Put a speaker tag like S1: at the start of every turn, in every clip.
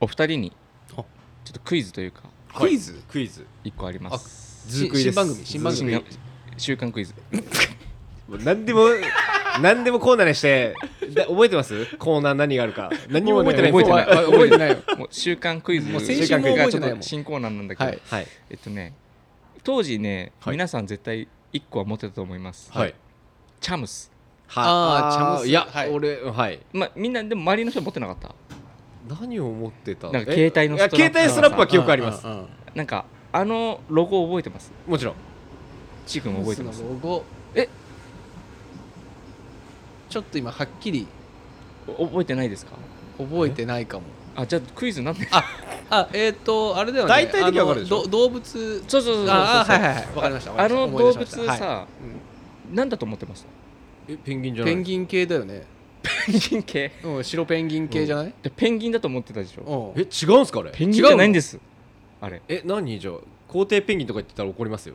S1: お二人にち
S2: あ
S1: ょっとクイズというか
S2: クイ
S3: ズ
S2: クイズ
S1: 一個あります
S2: ズークイです
S3: 新番組新番組
S1: いや週刊クイズ
S2: もう何でも何でもコーナーにしてだ覚えてますコーナー何があるか何にも覚えてない
S1: 覚えてない
S3: あ覚えてないよ
S1: もう 週刊クイズ
S3: もう
S2: 先週も覚
S1: が
S3: え
S1: ち
S3: て
S1: ょ
S3: ない
S1: っ
S3: もん
S1: と新コーナーなんだけど、
S3: はい
S2: はい
S1: えっとね当時ね、
S2: はい
S1: 皆さん絶対一個は持ってたと思います、
S2: はい
S1: チャムス
S3: あーチャムス
S2: いや、
S3: はい
S2: 俺はい
S1: まあみんなでも周りの人持ってなかった
S2: 何を持ってた
S1: なんか
S2: え
S1: 携帯のストラップ
S2: いや携帯ストラップは記憶あります
S3: うんうんうん
S1: なんかあのロゴ覚えてます
S2: もちろん
S1: ちーくん覚えてます
S3: ロゴ
S1: え
S3: ちょっと今はっきり
S1: お覚えてないですか
S3: 覚えてないかも
S1: あじゃあクイズなんで
S3: あえっ、とあれだよね
S2: 大体的にわかるでしょ
S3: あのど動物
S1: そうそうそうそうそう
S3: ああはいはいはいわかりましたわか
S1: あ
S3: りま
S1: の
S3: した
S1: 動
S3: 思い
S1: 物
S3: 出し
S1: さ、
S3: ましたは
S1: なんだと思ってました
S2: えペンギンじ
S3: い
S2: ゃな
S3: ペ
S2: い
S3: ンギン系だよね
S1: ペンギン系
S3: うん白ペンギン系じゃない、
S1: でペンギンだと思ってたでし
S3: う
S1: ょ
S2: え
S3: ん
S2: 違うんすかあれ
S1: ペンギンじゃないんですあれ
S2: え何じゃあ皇帝ペンギンとか言ってたら怒りますよ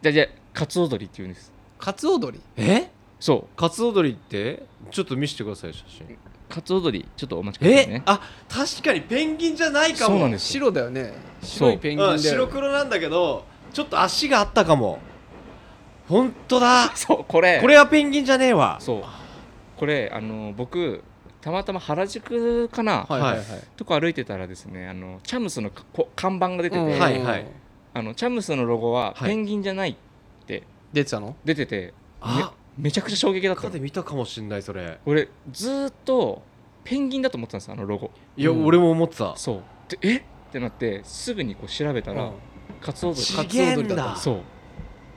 S1: じゃあじゃあカツオドリって言うんです
S3: カツオドリ
S2: え
S1: そう
S2: カツオドリってちょっと見せてください写真
S1: カツオドリちょっとお待ちくださ
S2: え、
S1: いね
S2: あ確かにペンギンじゃないかも
S1: そうなんですよ
S3: 白だよね白いペンギンだよ、
S2: う
S3: ね、
S2: ん、白黒なんだけどちょっと足があったかも本当だ
S1: そうこれ
S2: これはペンギンじゃねえわ
S1: そうこれあの僕たまたま原宿かな、
S3: はいはいはい、
S1: とこ歩いてたらですねあのチャムスのかこ看板が出てて、
S3: うん
S2: はいはい
S1: あのチャムスのロゴは
S2: はい
S1: ペンギンじゃないって
S3: 出てたの
S1: 出てて、
S2: あ
S1: めめちゃくちゃ衝撃だった
S2: 中
S1: の
S2: で見たかもしんないそれ
S1: 俺ずーっとペンギンだと思ってたんですよあのロゴ
S2: いや、
S3: うん
S2: 俺も思ってた
S1: そうでえってなってすぐにこう調べたら、カツオドリ
S3: ち
S2: ちげえんだ
S1: そう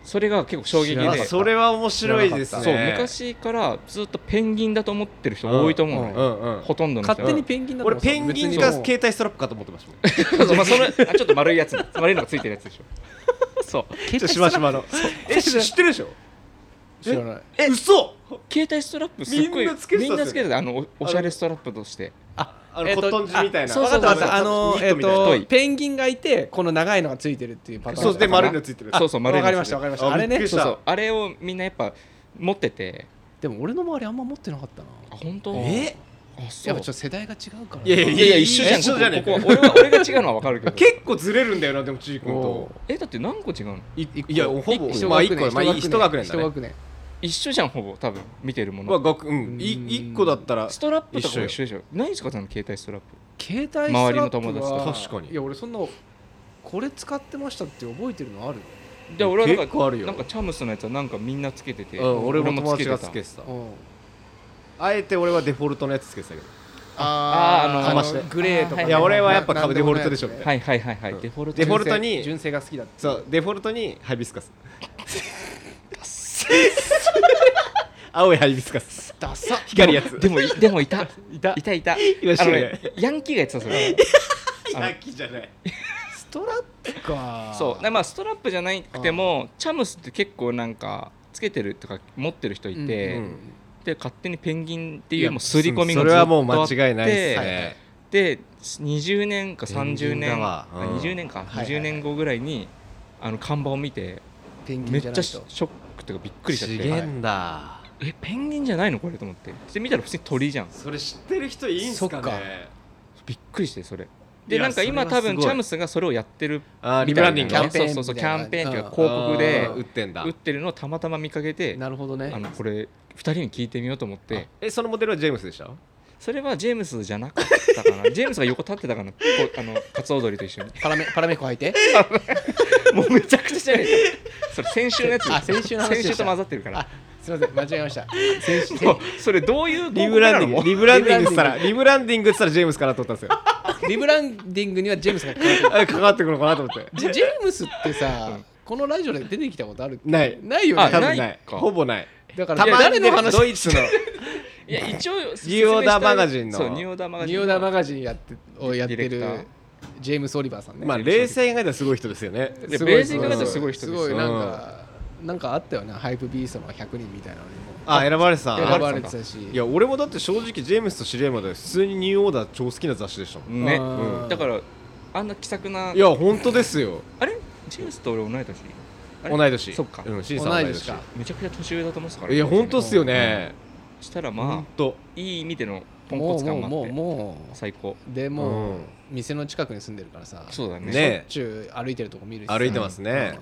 S1: それが結構衝撃
S3: 知ら
S1: で
S3: なか
S2: あ
S3: った
S2: それは面白いですね
S1: そう昔からずっとペンギンだと思ってる人多いと思うの
S3: う
S1: よ、
S2: うんうん
S1: ほとんどの人
S3: 勝手にペンギンだと
S2: 俺
S3: 思ってた
S2: ペンギン
S3: 別
S2: が
S3: に
S2: 携帯ストラップかと思ってましたもん
S1: そうそうまあそれあちょっと丸いやつ丸いのがついてるやつでしょそう
S2: ちょしましまのえし知ってるでしょ
S3: 知らない
S2: え嘘
S1: 携帯ストラップすっごい
S2: みんなつけてたっす
S1: み
S2: よ
S1: んなつけてたあのおおしゃれストラップとして
S2: あの、
S3: えっと
S2: コットン地みたい
S3: あ
S2: な
S3: そうそ
S2: わ
S3: うそ
S2: か
S3: う
S2: ったわか
S3: あ
S2: った
S3: の
S2: ニ
S3: え
S2: ッ
S3: っ
S2: トみたいな
S1: 太い
S3: とペンギンがいてこの長いのがついてるっていうパターン
S2: そうで
S1: ま
S2: 丸いのついてる
S1: そうそう丸い
S3: わ
S1: のが
S3: か
S1: ついてる
S3: りましたわかりました
S2: あ
S3: あれ
S2: びっく
S3: ね
S2: りし
S1: そ
S2: た
S1: うそうあれをみんなやっぱ持ってて
S3: でも俺の周りあんま持ってなかったな
S1: あ本当
S2: え
S1: あそ
S3: やっ
S1: う
S3: ぱちょっと世代が違うから
S2: いやいや
S1: いやいや一緒じゃん
S2: 一緒じゃねえか
S1: ここここは俺は俺が違うのは分か るけど
S2: 結構ずれるんだよなでもちい君
S3: お
S2: と
S3: う
S1: えだって何個違うの
S2: いいやほぼ
S3: 一
S2: まあ
S3: 学
S2: 一
S3: 年
S2: 個まあ一学年だ
S3: 一
S2: ね
S3: 学年
S1: 一緒じゃんほぼ多分見てるも
S2: まあ
S1: の
S2: 学うんい
S3: うん
S2: 一個だったら
S1: ストラップとかも
S2: 一
S1: 一緒でしょないですかその携帯ストラップ
S3: 携帯ストラップは
S1: 周りの友達と
S2: 確かに
S3: いや俺そんなこれ使ってましたって覚えてるのある
S1: で俺はなんか
S2: 結構あるよ
S1: なんかチャムスのやつはなんかみんなつけてて、
S2: うん俺も友達がつ
S1: た
S2: けてた
S3: うん
S2: あえて俺はデフォルトのやつつけてたけど
S1: あーあの
S2: かまして
S3: グレーと
S1: は
S3: かね
S1: い
S2: いや俺はやっぱ
S3: な
S2: 株デフォルトでしょ
S3: なん
S2: みたいな
S1: はいはいはいはい、
S2: うん
S1: デフォルト
S2: デフォルトに
S3: 純正が好きだって
S2: そうデフォルトにハイビス カス青いハイビスカス
S3: ダサ
S2: 光るやつ
S1: でもいでもいた
S3: いた
S1: いたいたあ
S2: ました
S1: の
S2: ね
S1: ねヤンキーがやってたそれあの
S2: ヤンキーじゃない
S3: ストラップか
S1: そうでまあストラップじゃなくてもチャムスって結構なんかつけてるとか持ってる人いて、
S2: うん
S1: で勝手にペンギンっていうもう刷り込みがず
S2: そ
S1: っ
S2: れ
S1: とあ
S2: は
S1: って
S2: もう間違いないです
S3: はいは
S2: ね
S1: で20年か30
S2: ペンギンだ
S1: 年
S2: わ
S1: あ
S2: うん
S1: 20年か
S3: いはいはい
S1: 20年後ぐらいにあの看板を見て
S3: ペンギ
S1: め
S3: ン
S1: っ
S3: じゃ
S1: ち
S3: な
S1: ゃ
S3: い
S1: シ
S3: と
S1: ョックというかびっくりしちゃ
S2: ち
S1: っ
S2: げ
S1: て
S2: えんだ
S1: えペンギンじゃないのこれと思ってで見たら普通に鳥じゃん
S2: それ知ってる人いいんすか
S3: そっか
S2: ね
S1: びっくりしてそれ
S2: い
S1: で
S2: や
S1: なんか今
S2: それは
S1: 多
S2: すごい
S1: 分チャムスがそれをやってる
S2: あー
S1: み
S2: リブ
S1: た
S2: ラ
S1: い
S2: ン
S1: な
S2: ディング
S3: キャンペーン
S1: そうそうそう
S3: み
S1: キ
S3: たいな
S1: ャンペーンっていうか
S3: うん
S1: 広告で
S2: あー売ってんだ
S1: 売ってるのをたまたま見かけて
S3: なるほどね
S1: あのこれ2人に聞いてみようと思って
S2: えそのモデルはジェームスでした
S1: それはジェームスじゃなかったかなジェームスが横立ってたかなこうあのカツオドリと一緒に
S3: パラメパラメコ履 いて
S1: もうめちゃくちゃじゃないそれ先週のやつ
S3: あ先週の話でした
S1: 先週と混ざってるから
S3: あすいません間違えました先週
S1: そうそれどういう
S2: リ
S1: 広
S2: ブ
S1: 告
S2: ラ
S1: な
S2: ンディン
S1: の
S2: グリブランディングって言ったらリブランディングって言ったらジェームスかなと思ったんですよ
S3: リブランディングにはジェームスが 関わって
S2: あ
S3: る
S2: 関わってくるのかなと思って
S3: ジェジェームスってさ
S1: うん
S3: このラジオで出てきたことあるっけ
S2: ない
S3: ないよ
S1: あ
S2: 多分
S3: ね
S1: な
S2: ないい
S1: か
S2: ほぼない
S3: だから
S2: たま
S3: 誰
S2: に
S3: の
S2: 出るド
S3: 話
S2: イツの
S1: いや一応
S2: ニューオーダーマガジンの
S1: そうニューオーダーマガジン
S3: ニオダマガジンやってをやって
S1: ディレクタ
S3: る
S1: ー
S3: ジェームス・オリバーさんね
S2: まあ冷静に考えたらすごい人ですよね
S1: です
S3: ごい
S1: ベーシックな人はすごい人
S3: す
S1: です
S3: ご
S1: よ
S3: いなんかなんかあったよねハイプビーストの100人みたいなのにも
S2: あ選ばれてた
S3: 選
S1: 選
S3: ば
S1: ば
S3: れ
S1: れ
S3: て
S1: て
S3: た
S1: た
S3: し
S2: いや俺もだって正直ジェームスと知り合いまで普通にニューオーダー超好きな雑誌でしたもん
S1: ね
S3: うん
S1: うんだからあんな気さくない
S2: や本当ですよ
S1: あれジェームスと俺同い年あれ
S2: 同い年
S1: そっか
S2: うん、シンさん
S3: 同
S2: はい同い
S3: 年
S2: 年
S3: か
S1: めちゃくちゃ年上だと思ってたから
S2: いや本当っすよ
S1: うん
S2: ね
S1: したらま
S2: 本
S1: あ
S2: 当
S1: いい意味でのポンコツ
S3: も
S1: 感
S3: う
S1: があ
S3: も
S1: っ
S3: う
S1: て
S3: も
S1: 最高
S3: うでもう、
S2: うん
S3: 店の近くに住んでるからさ
S1: そうだね
S2: ね
S3: しょっちゅう歩いてるとこ見るしさ
S2: 歩いてますね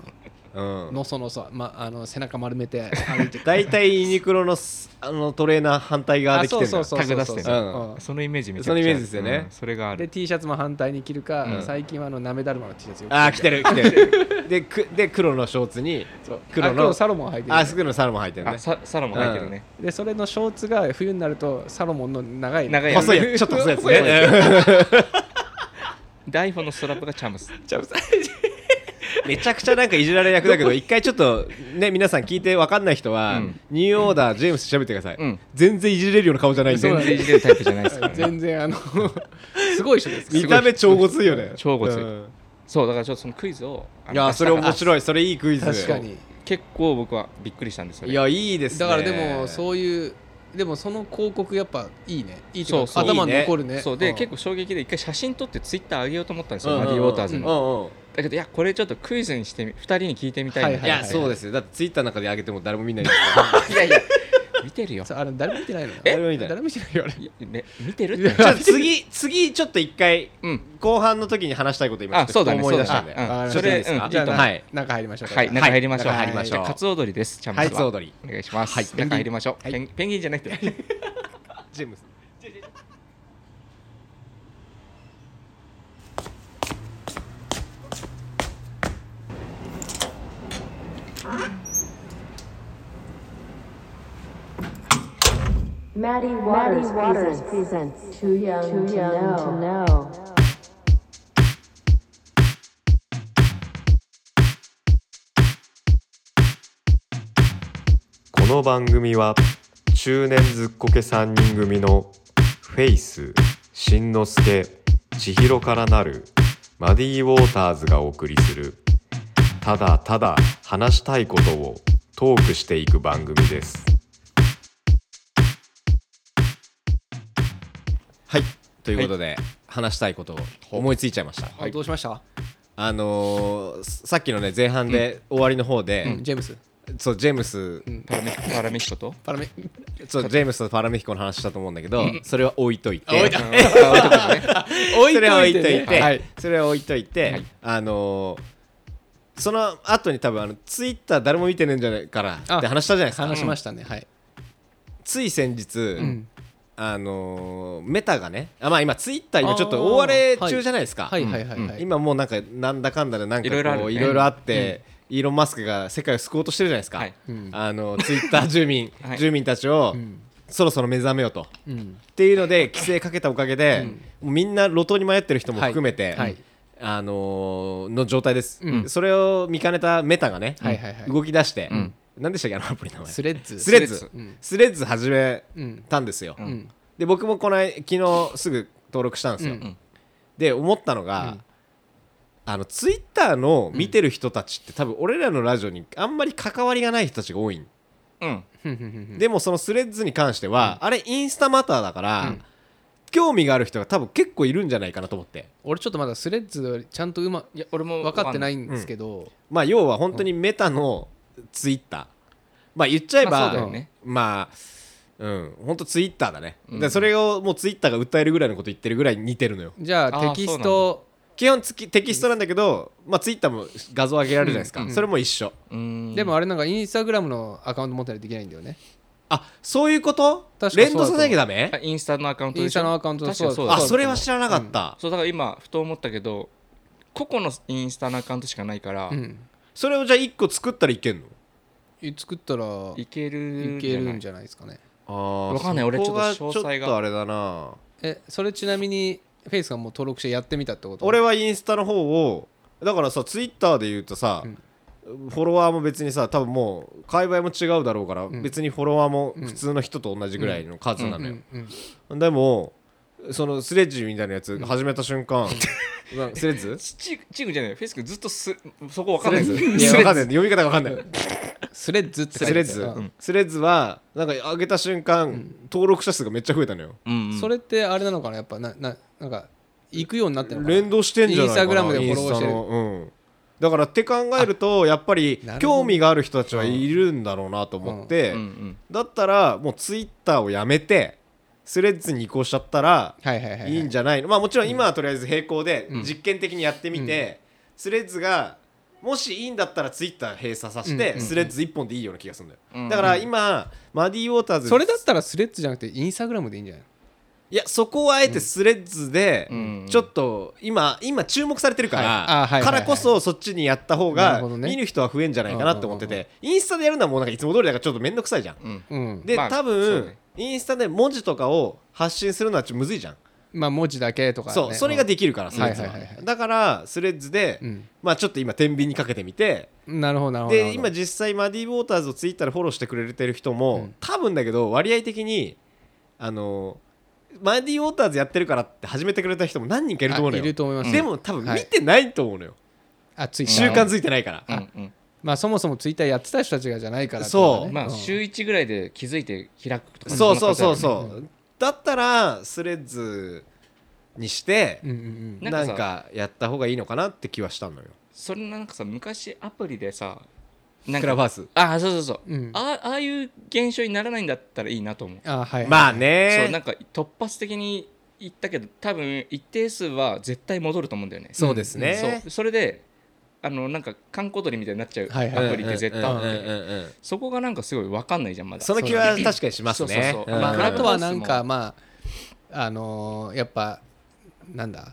S2: うん
S3: のそのそ、ま、あの背中丸めて 歩いて
S2: 大体ユニクロのすあのトレーナー反対側で来てる
S3: そうそうそうそうそ
S1: タグ
S3: う
S1: 出して
S2: ね
S3: うん
S1: そのイメージめちゃくちゃ
S2: そのイメージですよね
S1: うんそれがあ
S3: で
S1: る
S3: T シャツも反対に着るか、
S1: うん
S3: 最近はあのなめだるまの T シャツよく
S2: ああ来てる来てるでくで黒のショーツに
S3: そう
S2: 黒の
S3: あ黒サロモン履いてる
S2: あ黒のサロモン入ってる
S1: あ
S2: ね
S1: ササラも入ってるね
S3: でそれのショーツが冬になるとサロモンの長い
S1: 長いやつ
S2: 細い やつちょっと細いやつね
S1: で iPhone のストラップがチャムス
S3: ちゃうさ
S2: めちゃくちゃなんかいじられ役だけど一回ちょっとね皆さん聞いて分かんない人は、
S1: うん
S2: ニューオーダージェームス調べてください、
S1: うん
S2: 全然いじれるような顔じゃないんで
S1: 全然いじれるタイプじゃない ですからね
S3: 全然あの すごい人です
S2: 見た目超ごついよね
S1: 超ごつい
S2: うん
S1: そうだからちょっとそのクイズをあの
S2: いやそれ面
S1: い
S2: 白いそれいいクイズ
S3: 確かに
S1: 結構僕はびっくりしたんですよね
S2: いやいいですね
S3: だからでもそういうでもその広告やっぱいいねいいというか
S1: そうそう
S3: 頭に
S2: いいね
S3: 残るね
S1: そうで
S3: ん
S1: 結構衝撃で一回写真撮ってツイッター上げようと思ったんですよ、
S2: うんうん
S1: マディ・ウォーターズの、
S2: うんうん
S1: だけどいやこれちょっとクイズにしてみ2人に聞いてみたいな、
S3: はい
S2: い
S3: はい
S2: やそうですよだってツイッターなんかで上げても誰も見ないです
S1: いやいや見てるよ
S3: そうあれ誰も見てないのよ
S2: え誰も見てない
S3: 誰も見てないよあれ
S1: いやね見てるっ
S3: いや
S1: て
S2: からちょ っと次次ちょっと一回
S1: うん
S2: 後半の時に話したいこと今
S1: あ
S2: ちょ
S1: そ
S2: っ
S1: う
S2: と
S1: だね
S2: 思い出したん
S1: そ
S2: で
S1: うだね
S2: あ
S1: うん
S2: ちょっといいです
S1: それう
S2: か
S1: ん
S3: じゃあな
S2: はい
S3: 中入りましょう
S1: はい中入りましょう、
S2: 中入りましょう
S1: カツオ踊りですチャン
S2: は
S1: ス
S2: い
S1: は、
S2: 踊り
S1: お願いします、
S2: はい
S1: 中入りましょう、ペンペンギンじゃなくて
S2: ジェームス
S4: Maddie Waters,
S5: Waters
S4: presents, Too Young,
S5: Young
S4: to,
S5: to
S4: know.
S5: Know.
S6: この番組は中年ずっこけ3人組のフェイスしんのすけ千尋からなるマディ・ウォーターズがお送りするただただ話したいことをトークしていく番組です。
S2: はいということで話したいことを思いついちゃいました
S3: あどうしました
S2: あのーささっきのね前半で終わりの方で
S3: ジェームス
S2: そうジェームス
S1: パラメパラメヒコと
S3: パラメ
S2: そうジェームスとパラメヒコの話したと思うんだけどそれは置いといて
S3: 置い
S2: それは
S3: と
S2: 置い
S3: い
S2: と
S3: て
S2: い
S3: ね
S2: て、
S3: は
S2: それは置いといて、あのーその後に多分あのツイッター誰も見てねえんじゃないから
S3: あ
S2: って話したじゃないですか
S3: 話しましたねはい
S2: つい先日、あのーメタがねあまあ今ツイッター今ちょっと大荒れ中じゃないですか、
S3: はいはいはいはい
S2: 今もうなんかなんだかんだでなんか
S1: いろいろある
S2: こう
S1: ね
S2: いろいろあって、イーロン・マスクが世界を救おうとしてるじゃないですか、
S1: はい
S2: あのツイッター住民、
S1: はい
S2: 住民たちを、そろそろ目覚めようと、っていうので規制かけたおかげで、もうみんな路頭に迷ってる人も含めて、
S3: はいはい
S2: あのーの状態です、それを見かねたメタがね、
S3: はいはいはい
S2: 動き出して、なん、何でしたっけあのアプリの名前
S3: スレッズ
S2: スレッズ
S1: スレッズ
S2: うんスレッズ始めたんですよ、
S3: ん
S2: で僕もこの間昨日すぐ登録したんですよ、
S1: ん
S2: で思ったのが、あのツイッターの見てる人たちって、多分俺らのラジオにあんまり関わりがない人たちが多いん
S1: うん
S2: でもそのスレッズに関しては、あれインスタマターだから、興味がある人が多分結構いるんじゃないかなと思って
S3: 俺ちょっとまだスレッズよりちゃんとうま
S1: いや俺も
S3: 分かってないんですけど
S2: まあ要は本当にメタのツイッター、まあ言っちゃえば、
S1: ま
S2: ま
S1: あ
S2: あ、
S1: そうだよね
S2: うん本当ツイッターだね、でそれをもうツイッターが訴えるぐらいのこと言ってるぐらい似てるのよ
S3: じゃあ
S1: あー
S3: テキスト
S2: 基本つきテキストなんだけど、まあ、ツイッターも画像上げられるじゃないですか、それも一緒
S1: うーん
S3: でもあれなんかインスタグラムのアカウント持ってないといけないんだよね
S2: あそういうこと
S3: 確か
S2: 連動させなきゃダ
S1: あ
S2: メ
S1: インスタのアカウントでしょ
S3: インスタのアカウント
S1: 確かにそうだ
S2: あ
S1: そ
S2: そうれは知らなかった、
S1: だから今ふと思ったけど個々のインスタのアカウントしかないから、
S2: それをじゃあ1個作ったらいけんの
S3: 作ったら
S1: いける
S3: いけるんじゃないですかね
S2: あ
S1: ーわかんない俺ちょっと詳細が
S2: ちょっとあれだな
S3: えそれちなみにフェイスがもう登録してやってみたってこと
S2: 俺はインスタの方をだからさツイッターで言うとさ、フォロワーも別にさ多分もう界隈も違うだろうから、別にフォロワーも普通の人と同じぐらいの数なのよ、でもそのスレッジみたいなやつ始めた 瞬間、なスレッズ
S1: ちちチームじゃないよフェイス君ずっとすそこわか
S2: ス
S1: んな
S2: レ
S1: い
S2: ッ
S1: です
S2: ズ
S1: よ
S2: いやわかんない読み方わかんない
S3: スレッズって書
S2: ス
S3: いて
S2: レ
S3: あ
S2: ッ
S3: る
S2: ズ、
S3: うん
S2: スレッズはなんか上げた瞬間、登録者数がめっちゃ増えたのよ
S1: うんうん
S3: それってあれなのかなやっぱなななんか行くようになってるのかな
S2: 連動してんじゃないかな
S3: インスタグラムでフォローしてる
S2: インスタのうんだからって考えるとやっぱり
S3: なるほど
S2: 興味がある人たちはいるんだろうなと思って、
S1: うんうん
S2: だったらもうツイッターをやめてスレッズに移行しちゃったら
S3: はいはいはいはい
S2: いいんじゃないの、まあもちろん今はとりあえず並行で
S3: うん
S2: 実験的にやってみて、スレッズがもしいいんだったらツイッター閉鎖させ
S3: う
S2: て、
S3: んうん
S2: スレッズ1本でいいような気がするんだよ、
S1: うん
S2: だから今マディ・ウォーターズ
S3: それだったらスレッズじゃなくてインスタグラムでいいんじゃない
S2: いやそこをあえてスレッズで、
S1: うん
S2: ちょっと今今注目されてるから、
S3: はいあはいはいはい
S2: からこそそっちにやった方
S3: な
S2: が
S3: るほどね
S2: 見る人は増えんじゃないかなって思ってて、インスタでやるのはもうなんかいつも通りだからちょっと面倒くさいじゃん、
S1: うん
S3: うん
S2: で、
S1: まあ
S2: 多
S1: そう
S2: 分、
S1: ね
S2: インスタで文字とかを発信するのはちょっとむずいじゃん、
S3: まあ文字だけとかね
S2: そうそれができるからスレッズは,、
S3: はいはいはいはい
S2: だからスレッズで、
S3: うん
S2: まあちょっと今天秤にかけてみて
S3: なるほどなるほどなる
S2: で
S3: ほど
S2: 今実際マディ・ウォーターズをツイッターでフォローしてくれてる人も、
S3: うん
S2: 多分だけど割合的にあのマディ・ウォーターズやってるからって始めてくれた人も何人かいると思うの
S3: あ
S2: よ
S3: いると思います
S2: でも多分
S3: はい
S2: 見てないと思うのよ、
S3: あツイッター
S2: 習慣づいてないから、
S1: うんうん
S3: まあそもそもツイッターやってた人たちがじゃないから
S2: そう
S1: まあ週1ぐらいで気づいて開くとか
S2: そうそうそう
S1: う
S2: そう、だったらスレッズにして、
S3: うんうんうん
S1: なんか
S2: な
S1: さ
S2: んかやった方がいいのかなって気はしたのよ
S1: それなんかさ昔アプリでさなん
S2: クラブハ
S1: か
S2: ウス
S1: ああそうそうそう、
S3: うん
S1: あああいう現象にならないんだったらいいなと思う
S3: あはい
S2: まあ
S1: そうな
S2: ね
S1: んか突発的に行ったけど多分一定数は絶対戻ると思うんだよね。
S2: そうですね、
S1: そうそれであのなんか観光鳥みたいになっちゃう
S3: はいはい
S1: アプリって絶対あ
S2: うん
S1: っ
S2: うんうん
S1: て
S2: うんうん
S1: そこがなんかすごい分かんないじゃんまだ。
S2: その気は確かにしますね
S1: そうそう
S2: う
S1: そ
S2: ん
S1: う
S2: うん
S3: まあ、あとはなん
S1: クラブハウス
S3: か
S1: も
S3: まああのーやっぱなんだ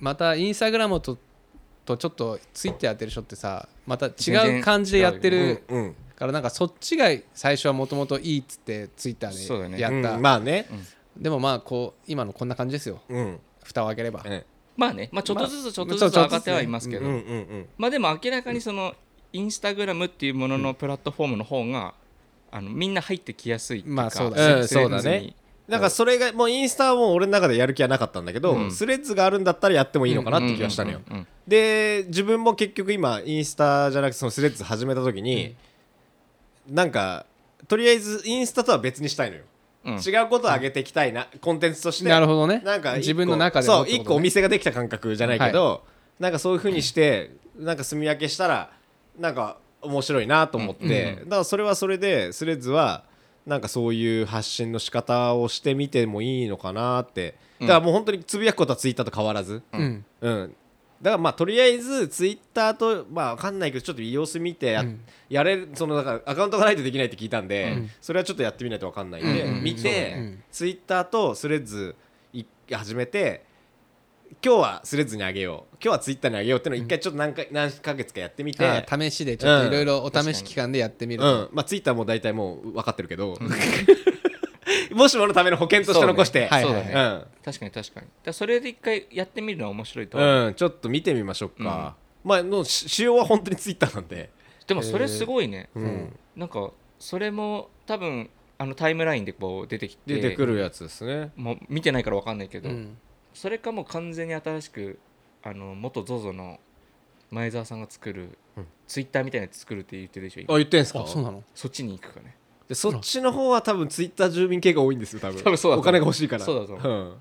S3: またインスタグラムととちょっとツイッターやってる人ってさまた違
S1: 全
S3: う
S1: 然
S3: 感じでやって
S1: 違うよ
S3: る
S2: うん
S3: からなんかそっちが最初はもともといいっつってツイッタ
S1: そうだ
S3: ー
S1: ね
S3: でやった、
S2: うんまあね
S3: でもまあこう今のこんな感じですよ
S2: うん
S3: 蓋を開ければ、
S2: うん
S1: まあね、まあ、ちょっとずつちょっとずつ
S3: まあ
S1: 上がってはいますけ
S2: う
S1: ど、
S2: んうん
S1: まあでも明らかにそのインスタグラムっていうもののプラットフォームの方があのみんな入ってきやすいってい
S3: まあ
S1: か
S3: そうだ
S2: ねうん
S1: スレッズ
S2: そうだね
S1: に
S2: だからそれがもうインスタはもう俺の中でやる気はなかったんだけど、
S1: うん
S2: スレッズがあるんだったらやってもいいのかなって気はしたのよ、
S1: うんうんうん
S2: で自分も結局今インスタじゃなくてそのスレッズ始めた時に、なんかとりあえずインスタとは別にしたいのよ、
S1: うん
S2: 違うことを上げていきたいな、コンテンツとして
S3: なるほどね
S2: なんか一個
S3: 自分の中で
S2: そ
S3: も
S2: う
S3: って
S2: 一
S3: こと
S2: 個
S3: ね
S2: お店ができた感覚じゃないけど、なんかそういうふうにしてなんか住み分けしたらなんか面白いなと思って、だからそれはそれでスレッズはなんかそういう発信の仕方をしてみてもいいのかなってだからもう本当につぶやくことはツイッターと変わらず、
S3: うん
S2: うん、だからまあとりあえずツイッターとまあわかんないけどちょっと様子見てや,、
S3: うん
S2: やれるそのだからアカウントがないとできないって聞いたんで、
S3: うん
S2: それはちょっとやってみないとわかんないんで、
S3: うんうん
S2: 見て、
S3: うん
S2: ツイッターとスレッズい始めて今日はスレッズにあげよう今日はツイッターにあげようっていうのを一回ちょっと何か、何ヶ月かやってみて、
S3: あ試しでちょっといろいろお試し期間でやってみる
S2: う
S3: と、
S2: んまあ、ツイッターも大体もう分かってるけど、 もしものための保険として残して
S3: そうね
S1: そうだ
S3: はい
S1: ね、
S2: うん
S1: 確かに確かにだからそれで一回やってみるのは面白いと思う、
S2: うん、ちょっと見てみましょうか、まあのし仕様は本当にツイッターなんで
S1: でもそれすごいね、
S2: ん
S1: なんかそれも多分あのタイムラインでこう出てきて
S2: 出てくるやつですね、
S1: もう見てないから分かんないけど、
S3: うん
S1: それかもう完全に新しくあの元 ZOZO の前澤さんが作る、ツイッターみたいなやつ作るって言ってるでしょ今
S2: あ言ってんすか
S3: あそうなの
S1: そっちに行くかね
S2: でそっちの方は多分ツイッター住民系が多いんですよ多分
S1: 多分そうだと思う
S2: お金が欲しいから
S1: そうだと思
S2: ん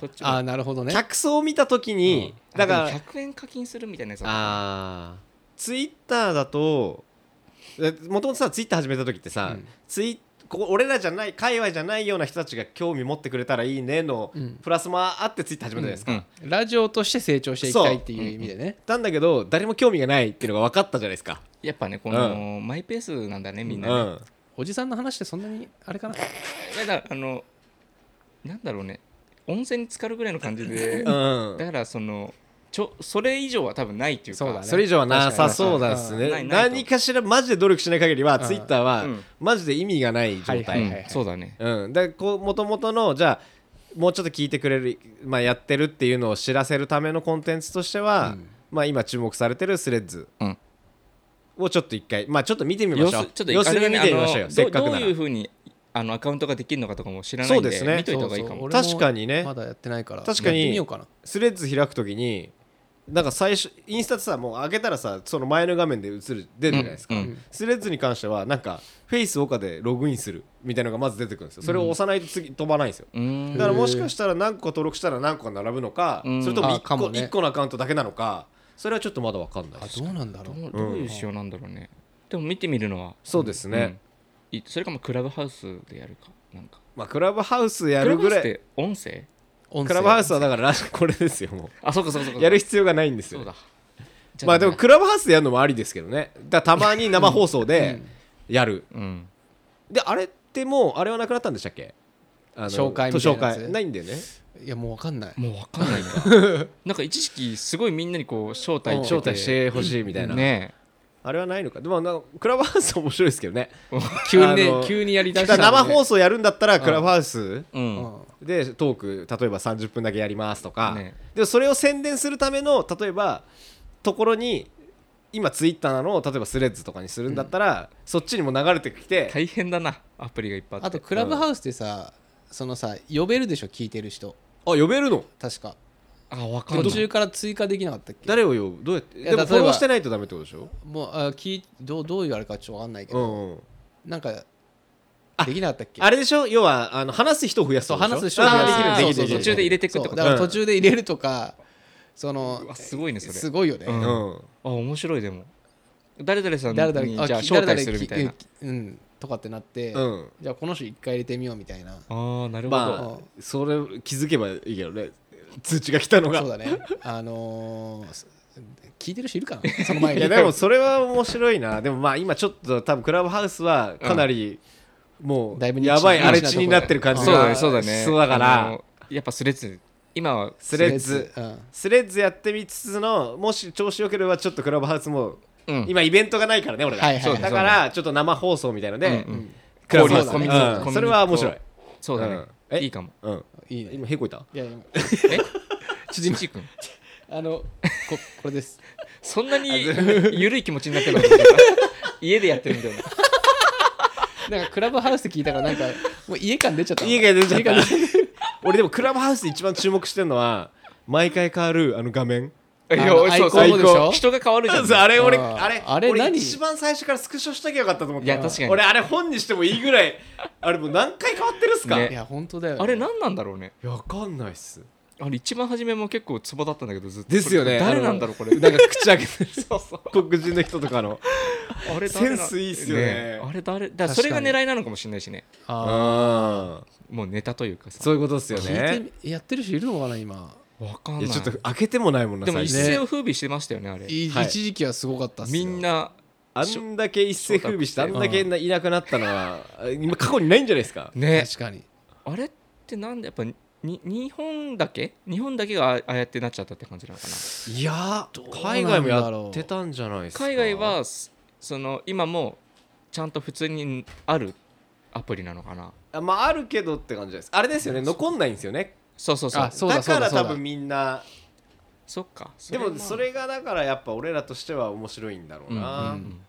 S1: そっち
S3: あ
S1: も
S3: あなるほどね
S2: 客層を見た時に、だか
S1: あ
S2: ら
S1: でも100円課金するみたいなやつだ
S2: あツイッターだともともとさツイッター始めた時ってさ、
S3: うん
S2: ツイここ俺らじゃない界隈じゃないような人たちが興味持ってくれたらいいねの、
S3: うん
S2: プラスもあってツイッター始めたじゃないですか、
S1: うん
S3: ラジオとして成長していきたいっていう意味でね、
S2: なんだけど誰も興味がないっていうのが分かったじゃないですか、
S1: やっぱねこの、マイペースなんだねみんなね、
S2: うん
S3: おじさんの話ってそんなにあれかない
S1: やだからあのなんだろうね温泉に浸かるぐらいの感じでだ
S2: うん、
S1: からそのちょそれ以上は多分ないっていうか
S3: そうだね
S2: それ以上はなさそうなんです
S1: 確
S2: ね
S1: かにないないと
S2: 何かしらマジで努力しない限りは
S3: ん
S2: ツイッターは
S1: うん
S2: マジで意味がない状態、
S3: は
S1: うん
S3: いはいはい
S1: そうだね
S2: うん、だからこう元々のじゃあもうちょっと聞いてくれる、まあ、やってるっていうのを知らせるためのコンテンツとしては、まあ、今注目されてるスレッズ
S1: うん
S2: をちょっと一回、まあ、ちょっと見てみま
S1: 様
S2: しょ
S1: 子
S2: う
S1: ちょっと
S2: 様子
S1: あれ
S2: 見
S1: だ
S2: 見
S1: ね
S2: てみ
S1: あ
S2: ま
S1: の
S2: しょうよ
S1: ど
S2: せっかく
S1: ど
S2: な
S1: う
S2: ら
S1: いうふうにあのアカウントができるのかとかも知らないん
S2: そ
S1: で
S2: うですね
S1: 見といた方がいいか
S3: そうそう
S1: も
S3: 俺
S2: 確かにね
S3: まだやってないから
S2: 確かに
S3: やってみようかな
S2: スレッズ開くときになんか最初インスタってさもう開けたらさその前の画面で映る出るじゃないですか、
S1: うんうん
S2: スレッズに関してはなんかフェイスオカでログインするみたいなのがまず出てくるんですよそれを押さないと次飛ばないんですよ、
S1: うーん
S2: だからもしかしたら何個登録したら何個が並ぶのか、
S1: うん
S2: それとも
S3: あか
S2: 1個
S3: もね
S2: 一個のアカウントだけなのかそれはちょっとまだ分かんない
S3: あ
S2: です
S3: どうなんだ
S1: ど
S3: ろう
S1: うどういう仕様なんだろうね、でも見てみるのは
S2: そうですね、
S1: うんいそれかもクラブハウスでやるかなんか
S2: まあ、クラブハウスや
S1: クラ
S2: る
S1: ブハウ
S2: ぐ
S1: ス
S2: ら
S1: っ
S2: い
S1: て音声
S3: 音声
S2: クラブハウスはだからラジこれですよも
S1: あそうかそうかそう
S2: う
S1: か
S2: やる必要がないんです
S1: そう
S2: よ
S1: だじゃ
S2: まあでも
S1: ダメ
S2: クラブハウスでやるのもありですけどねだからたまに生放送でやる、
S1: だうん
S2: であれってもうあれはなくなったんでしたっけあの
S3: 紹介
S2: と
S3: みたい
S2: 紹
S3: なやつ
S2: 介ないんだよね
S3: いやもうわかんない
S1: もうわかんないななんか一時期すごいみんなにこう招待
S3: うん
S1: て
S2: 招待してほしいみたいな、
S1: ね
S2: あれはないのかでもなんかクラブハウス面白いですけどね
S3: 急に
S2: あの
S3: ね急にやりだ
S2: だ
S3: し
S2: から
S3: た
S2: 生放
S3: 送
S2: 送やるんだったらクラブハウス
S1: えうん
S2: でトーク例えば30分だけやりますとか、
S1: ね
S2: でもそれを宣伝するための例えばところに今ツイッターなのを例えばスレッズとかにするんだったら、そっちにも流れてきて、
S1: 大変だなアプリがいっぱいあって
S3: あとクラブハウスでさそのさ呼べるでしょ聞いてる人
S2: あ呼べるの
S3: 確か
S1: あわかん
S3: 途
S1: ない
S3: 中から追加できなかったっけ
S2: 誰を呼ぶどうやって
S3: い
S2: で
S3: や
S2: も
S3: 例えば
S2: フォローしてないとダメってことでしょ
S3: もうあ聞いどうどういうあれかちょっとわかんないけ
S2: う
S3: ど、
S2: ん、うん、
S3: なんかできなかったっけ
S2: あれでしょ要はあの話す人を増やす
S3: そう
S2: ってこと
S3: 話す
S2: でし
S3: 人
S2: ょ
S3: を
S1: 増やす
S2: あーできるできる
S1: そうそう
S2: できる
S1: 途中で入れてくってこと
S3: そうだから
S2: うん
S3: 途中で入れるとか、その
S1: うわすごいねそれ
S3: すごいよね、
S1: うん
S2: うん
S1: あ面白いでも誰々さん
S3: 誰々
S1: にじゃあ
S3: き
S1: 招待するみたいな
S3: 誰々きうんとかってなって、
S2: うん
S3: じゃあこの人一回入れてみようみたいな
S1: あーなるほど、
S2: まあそれ気づけばいいけどね通知が来たのが
S3: そうだねあのーす聞いてる人いるかなその前
S2: い
S3: に
S2: やでもそれは面白いなでもまあ今ちょっと多分クラブハウスはかなりも
S3: だいうぶ
S2: やばい
S3: ニッチな
S2: 荒れ地になってる感じ
S1: そうだね
S2: が
S1: そうだね
S2: そうだか
S1: あ
S2: ら
S1: のやっぱスレッズ今は
S2: スレッズ
S3: うん
S2: スレッズやってみつつのもし調子よければちょっとクラブハウスも
S1: うん
S2: 今イベントがないからね俺
S3: はいはいは
S2: ら
S3: い
S2: だからちょっと生放送みたいので
S1: うんうん
S2: クラブハウス
S3: 交流
S1: コミュニコミュ
S2: う
S1: ニ
S2: んそれは面白い
S1: そうだね、
S2: うんえ
S1: いいかも
S2: うん
S3: いいね
S2: 今へこいた
S3: いやいや
S1: えちちくん
S3: あのここれです
S1: そんなに緩い気 持ちになってるの家でやってるみたいな
S3: なんかクラブハウスで聞いたからなんかもう家感出ちゃった
S2: 家が出ちゃった 俺でもクラブハウスで一番注目してるのは毎回変わる あの画面
S1: い
S3: あ
S1: や
S3: の
S1: 俺そう
S3: アイコンもでしょ
S1: 人が変わるじゃん
S2: そうあれ俺
S3: あー
S2: あれ
S3: あれ
S2: 俺
S3: 何
S2: 一番最初からスクショしときゃよかったと思った
S1: いや確かに
S2: 俺あれ本にしてもいいぐらいあれもう何回変わってるっすか、
S1: ね
S3: いや本当だよ、ね、
S1: あれ何なんだろうね
S2: いやわかんないっす
S1: あれ一番初めも結構ツボだったんだけどずっと
S2: ですよね
S1: これ誰なんだろうこれ
S2: なんか口開けてる
S1: そうそう
S2: 黒人の人とかの
S1: あれ誰な
S2: センスいいっすよね
S1: あれ誰だからそれが狙いなのかもしれないしね
S3: あ
S2: あ
S1: もうネタというかさ
S2: そういうことっすよ
S3: ー聞い
S2: ね
S3: てみやってる人いるのかな今
S1: わかん
S2: い
S1: ない
S2: やちょっと開けてもないもんな
S1: でも
S2: 最
S1: 一
S2: 初
S1: 世を風靡してましたよねあれ
S3: い
S2: はい
S3: 一時期はすごかったっすよ
S1: みんな
S2: あんだけ一世風靡してあん
S1: 承
S2: だけいなくなったの は今過去にないんじゃないですか
S1: ね
S3: 確かに
S1: あれってなんでやっぱに日本だけ日本だけがあああやってなっちゃったって感じなのかない
S2: や
S3: う
S2: 海外もやってたんじゃないですか
S1: 海外はすその今もちゃんと普通にあるアプリなのかな
S2: あまああるけどって感じですあれですよね残んないんですよね
S1: そうそうそう
S3: あそうだ
S2: から
S3: そうだ
S2: 多分みんな
S1: そっか
S2: で
S1: は
S2: もそれがだからやっぱ俺らとしては面白いんだろう
S1: うんうん
S2: な、
S1: うん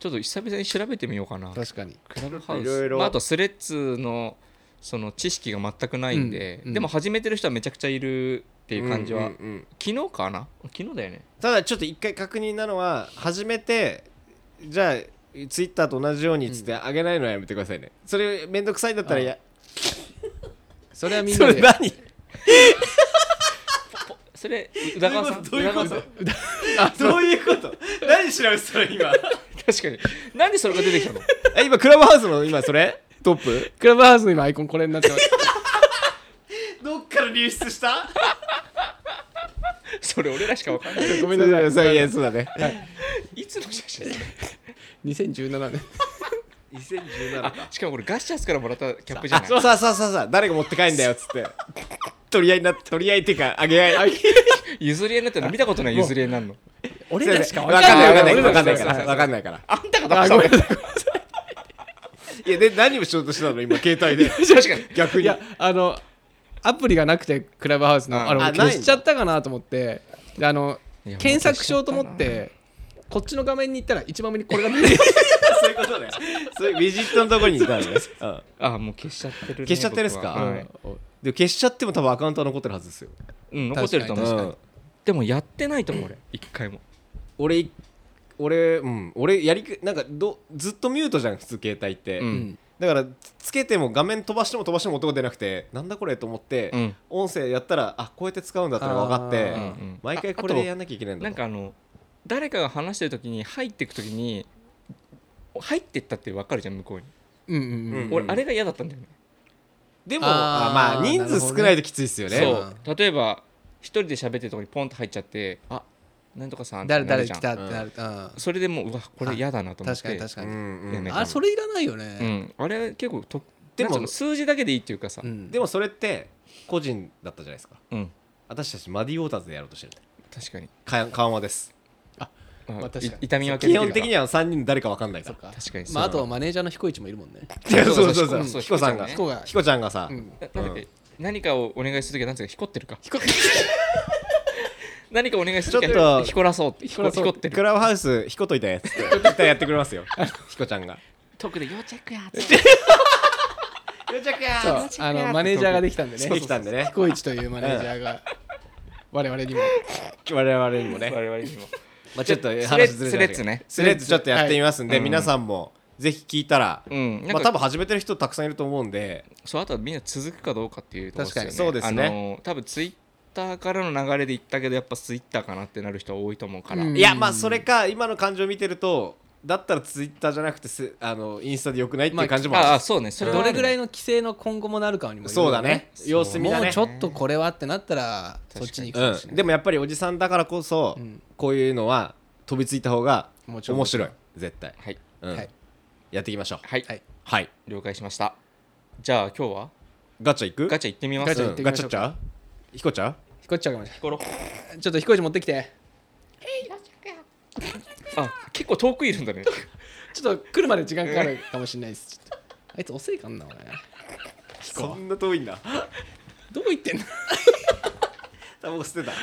S1: ちょっと久々に調べてみようかな
S3: 確かに
S1: クラブハウス
S2: いろいろ
S1: まあ、あとスレッズのその知識が全くないんで、
S3: うんうん
S1: でも始めてる人はめちゃくちゃいるっていう感じは、
S2: うんうんうん
S1: 昨日かな昨日だよね
S2: ただちょっと一回確認なのは初めてじゃあツイッターと同じようにっつってあげないのはやめてくださいね、それめんどくさいんだったらや
S3: それはみん
S2: そ
S3: な
S2: れ
S3: で
S2: 何
S1: そ れ宇田川さん
S2: どういうこ
S1: 宇
S2: と
S1: 田川さん
S2: あどういうこと何調べてたの今
S1: 確かになんでそれが出てきたの
S2: え今クラブハウスの今それトップ
S3: クラブハウスの今アイコンこれになってます
S2: どっから流出 した
S1: それ俺らしか分かんない
S3: ごめんなさい
S2: そういやそうだね
S1: いつの写真
S3: 2017年
S2: 2017
S1: あしかもこれガッシャスからもらったキャップじゃ
S2: あ
S1: ない
S2: そうさあさあさあさあ誰が持って帰んだよっつって取り合いになって取り合いっていうかあげ合い
S1: 譲り合いになったの見たことない譲り合いになるの
S2: 俺
S3: らしか
S2: わかんないわかんない
S1: 俺
S2: わ
S1: らしか
S2: かん
S1: そうそう
S2: ないか
S1: そう
S2: らわかんないから
S1: あんたが出したの
S2: いやで何をしようとしてたの今携帯 で
S1: 確かに
S2: 逆
S3: い
S2: に
S3: やあのアプリがなくてクラブハウスの
S1: あ
S3: あれ
S2: あ
S3: 俺
S2: ない
S3: 消しちゃったかなと思ってであの
S1: いや
S3: 検索しようと思ってこっちの画面に行ったら一番目にこれが出てきて
S2: そういうことねそういうビジットのとこにいたのね、 うん
S1: あもう消しちゃってるね、
S2: 消しちゃってるっすか
S1: 僕ははい
S2: でも消しちゃっても多分アカウントは残ってるはずですよ、
S1: うん残ってると思う
S3: 確
S2: うん
S1: でもやってないと思う俺一回も
S2: 俺い俺うん俺やりくなんかどずっとミュートじゃん普通携帯って、
S1: うん
S2: だからつつけても画面飛ばしても飛ばしても音が出なくてなんだこれと思って、
S1: うん
S2: 音声やったらあこうやって使うんだってのが分かって、
S3: あー
S1: うんうん
S2: 毎回これでやんなきゃいけないんだ
S1: なんかあの誰かが話してる時に入ってく時に入ってったって分かるじゃん向こうに
S3: うんうんうん
S2: うん
S1: 俺あれが嫌だったんだよね
S2: でも
S3: あー
S2: あまあ人数少ないときついですよね
S1: そう例えば一人で喋ってるとこにポンと入っちゃってあなんとかさんって
S3: 誰
S1: なる
S3: 誰
S1: じゃん
S3: 来たってなるうん
S1: それでもううわこれ嫌だなと思っ
S3: 確
S1: て
S3: かに確か
S2: う
S3: に
S2: んうん
S1: やめ
S3: あそれいらないよ
S1: う
S3: ね
S1: ん、あれ結構と
S2: で
S1: で
S2: も
S1: も数字だけでいいっていうかさ、
S3: うん
S2: でもそれって個人だったじゃないですか
S1: うん、
S2: 私たちマディ・ウォーターズでやろうとしてる
S1: 確かに、
S2: か緩和です
S1: あ
S3: まあ確かに
S1: い痛み分け
S2: 基
S1: でき
S2: 本
S1: るから
S2: 的には3人誰か分かんないか
S3: そっ
S2: ら
S3: か
S1: 確かにそう
S3: まあ
S1: だ
S3: あとマネージャーの彦一もいるもんね
S2: いやそうそうそううん
S1: そう
S2: ヒコさんが
S1: ヒ
S3: コが
S2: ヒコちゃんがさ
S3: うん
S1: ななんだっけ、何かをお願いするときはなんつうか、ひこってるか。 何かお願いするとき
S2: ちょっ
S1: は
S2: と
S1: ひこらそうって、ひこひこって
S2: ク
S1: る。
S2: ラブハウスヒコといてっつって絶対やってくれますよヒコちゃんが
S1: 特で要チェックやっつって。
S2: よちゃくや
S3: そうあのマネージャーができたんでね
S2: できたんでね
S3: 彦一というマネージャーが我々にも
S2: 我々にもね
S1: 我々にも。
S2: まあ、ちょっと
S1: じゃあ
S2: 話ずれちゃうけ
S1: スレッ
S2: ど
S1: ズね
S2: スレッズちょっとやってみますんで、
S1: はい
S2: 皆さんもぜひ聞いたら、
S1: うん、なん
S2: まあ、
S1: か、
S2: 多分始めてる人たくさんいると思うんで、
S1: そう、あとはみんな続くかどうかっていうところ
S3: 確かに
S2: そうですね
S1: あのー多分ツイッターからの流れで言ったけど、やっぱツイッターかなってなる人は多いと思うから。
S3: うん
S2: いやまあそれか今の感情を見てるとだったらツイッターじゃなくてすあのインスタでよくないっていう感じもある、
S1: ああ、そうね。それ
S3: どれぐらい
S1: の。
S3: の規制の今後もなるかにもよるよ
S2: そうだね様子見だ
S3: もう
S2: ね
S3: ちょっとこれはってなったらそっちに行くかもし
S2: う
S3: れ
S2: ん、
S3: ない
S2: でもやっぱりおじさんだからこそ、
S3: うん
S2: こういうのは飛びついた方が
S3: も
S2: 面
S3: ちろん
S2: 白い絶対、
S1: はい。
S2: うん
S3: はい
S2: やっていきましょう
S1: はい。
S3: はい
S2: はい
S1: 了解しました。じゃあ、今日は
S2: ガチャ行く
S1: ガ
S2: チ
S1: チャ行ってみます。
S3: ガチャ行ってみましょ
S2: ガチャっ
S3: う
S2: ちゃうヒコちゃん
S3: 彦一ちゃんかもし
S1: ヒコロ
S3: れないちょっと彦一持ってきて
S1: あ、結構遠くいるんだね。
S3: ちょっと来るまで時間かかるかもしれないですちょっとあいつ遅いかんな俺
S2: そんな遠いんだ
S3: どこ行ってんの
S2: タバコ吸ってた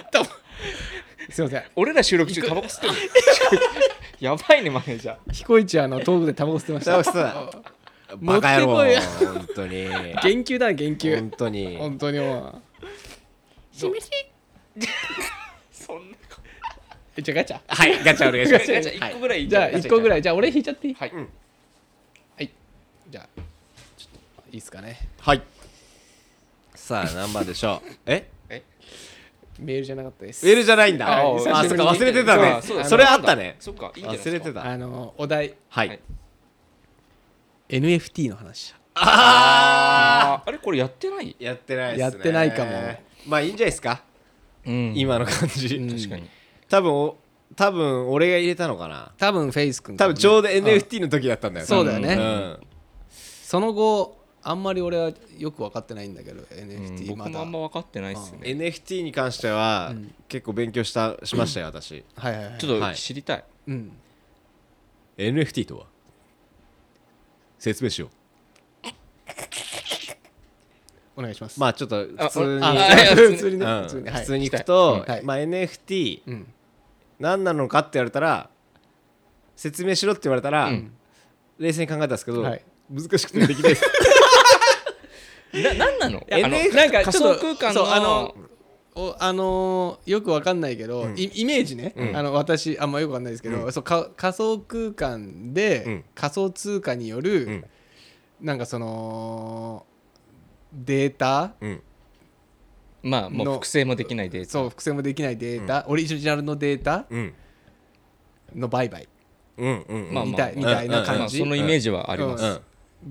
S3: すいません
S1: 俺ら収録中タバコ吸ってる やばいねマネージャー
S3: 彦一 あの遠くでタバコ吸ってまし
S2: タバ
S3: た
S2: コ吸ってた
S3: 持っ
S2: バ
S3: てこ
S2: カ野
S3: いよ
S2: 郎本当に
S3: 言及だ言及
S2: 本当に
S3: 本当にも
S1: そんな
S3: うじゃあガチャ
S2: はいガチャお願いします
S1: じゃあ1個ぐらい
S3: じゃあ
S1: 一
S3: 1個ぐらいじゃあ俺引いちゃっていい
S1: はい、
S2: うん
S3: はいじゃあちょっといいっすかね
S2: はいさあ何番でしょうえ
S3: メールじゃなかったです
S2: メールじゃないんだ
S1: あ
S2: あ
S1: ー
S2: あそっか忘れてた
S1: あ
S2: ね
S1: ーそうだ
S2: それあったね
S1: そっかいいんじゃない
S2: 忘れてた
S3: あのお題
S2: はい、
S3: NFT の話
S1: ああれこれやってない
S2: やってないっすね
S3: やってないかも
S2: まあいいんじゃないですか
S1: うん
S2: 今の感じ、
S3: うん
S1: 確かに
S2: 多分お多分俺が入れたのかな
S3: 多分フェイス君か
S2: 多
S3: も
S2: 分
S3: ね
S2: ちょうど
S3: あ
S2: NFT の時だったんだよ
S3: そうだよね
S2: うん
S3: その後あんまり俺はよく分かってないんだけど
S1: うん、
S3: NFT ま
S1: 僕も
S3: だ
S1: あんま分かってないっすね
S2: NFT に関しては、
S3: うん
S2: 結構勉強したしましたよ私
S3: はいはいはい
S1: ちょっ
S2: は
S1: と
S2: い
S1: 知りたい、
S3: うん
S2: NFT とは説明しよう
S3: お願いします
S2: まあちょっと普通に
S3: あ
S1: あいや
S3: 普通にね
S2: うん
S3: 普通にはい
S2: 普通に行くと、
S3: はい
S2: まあ、NFT
S3: うん
S2: 何なのかって言われたら説明しろって言われたら、
S1: うん
S2: 冷静に考えたんですけど、
S3: はい
S2: 難しくてできないです
S1: ななんなの
S2: NFT
S1: あの
S3: なんか
S1: 仮
S3: ちょ
S1: 想
S3: っ
S1: 空
S3: と
S1: 間
S3: そう
S1: の
S3: あのおあのーよくわかんないけど、
S2: うん
S3: イイメージね、
S2: うん
S3: あの私あんまよくわかんないですけど、そうか仮想空間で、
S2: うん
S3: 仮想通貨による、
S2: うん
S3: なんかそのデータ
S2: うん
S1: まあもう
S3: の
S1: 複製もできないデータ
S3: そう複製もできないデータ、オリジナルのデータ
S2: うん
S3: の売買
S2: うんうん
S1: まあ
S3: みたい、みたいな
S1: ま
S3: 感
S1: あ、
S3: じ、
S1: そのイメージはあります、
S3: うん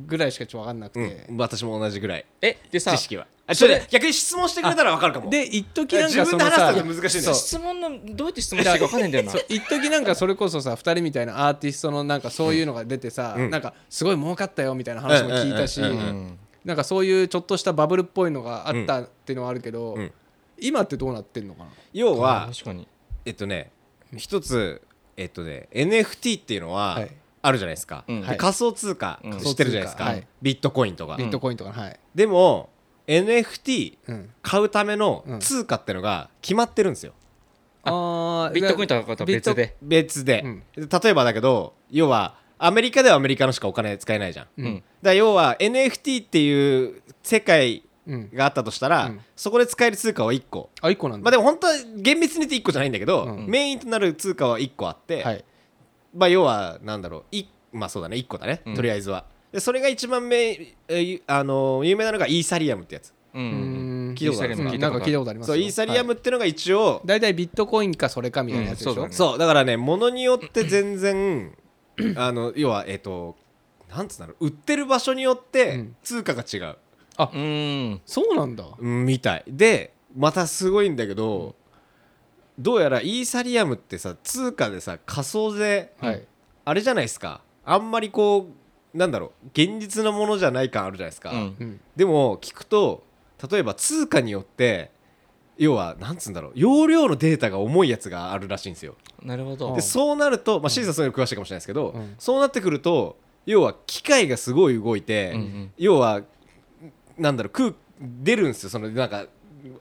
S3: ぐらいしかちょっとわかんなくて、
S2: うん、私も同じぐらい
S1: えでさ
S2: 知識はあちょっと
S1: それ
S2: 逆に質問してくれたら分かるかも
S3: で一時なんか
S2: 自
S3: そ
S2: 分
S3: の
S2: で
S3: さ
S2: 話すのが難しいんだよ
S3: そう
S1: 質問のどうやって質問していいか分かんないんだよな
S3: そう一時なんかそれこそさ2人みたいなアーティストのなんかそういうのが出てさ、
S2: うん
S3: なんかすごい儲かったよみたいな話も聞いたし、
S2: うんうんう
S1: うん
S3: なんかそういうちょっとしたバブルっぽいのがあったっていうのはあるけど、
S2: うん
S3: 今ってどうなってんのかな
S2: 要は
S1: 確かに
S2: えっとね一つえっとね NFT っていうのは
S3: はい
S2: あるじゃないですか、
S1: うん
S2: で
S1: はい
S2: 仮想通貨
S1: うん
S2: 知ってるじゃないですか、
S3: 仮想通貨はい
S2: ビットコインとか、
S3: ビットコインとかのはい、
S2: でも NFT
S3: うん、
S2: 買うための
S3: うん
S2: 通貨ってのが決まってるんですよ
S3: あ
S1: ビットコインとかとは別で
S2: 別で、
S3: うん
S2: 例えばだけど要はアメリカではアメリカのしかお金使えないじゃん、
S3: うん
S1: う
S2: だ
S1: ん
S2: から要は NFT っていう世界
S3: うん、
S2: があったとしたら、
S3: うん
S2: そこで使える通貨は1個
S3: あ一個なん
S2: まあで
S3: だ、
S2: も本当は厳密に言って1個じゃないんだけど、
S3: うん
S2: メインとなる通貨は1個あって、
S3: はい
S2: まあ要はなんだろういまあそうだね1個だね、
S1: うん
S2: とりあえずはでそれが一番めいえーあのー有名なのがイーサリアムってやつ
S1: う
S3: うんん
S2: 聞いたことある
S3: うんなんか聞いたことあります
S2: そ
S3: よ
S2: うイーサリアムってのが一応、
S3: 大体ビットコインかそれかみたいなやつでしょ、
S1: うんそうだね
S2: そうだからねものによって全然あの要はえっ、となんつうの売ってる場所によって
S3: うん
S2: 通貨が違
S1: う
S2: う、
S1: ーん
S3: そうなんだ
S2: うんみたいでまたすごいんだけど、どうやらイーサリアムってさ通貨でさ仮想税、
S3: はい
S2: あれじゃないですかあんまりこうなんだろう現実のものじゃない感あるじゃないですか、
S1: うん
S3: うん
S2: でも聞くと例えば通貨によって要はなんつうんだろう容量のデータが重いやつがあるらしいんですよ
S1: なるほど
S3: う
S2: で
S3: ん
S2: そうなると、まあ、シーさんそういうの詳しいかもしれないですけど、
S3: うん
S2: そうなってくると要は機械がすごい動いて、
S1: うんうん
S2: 要はなんだろう空出るんですよそのなんか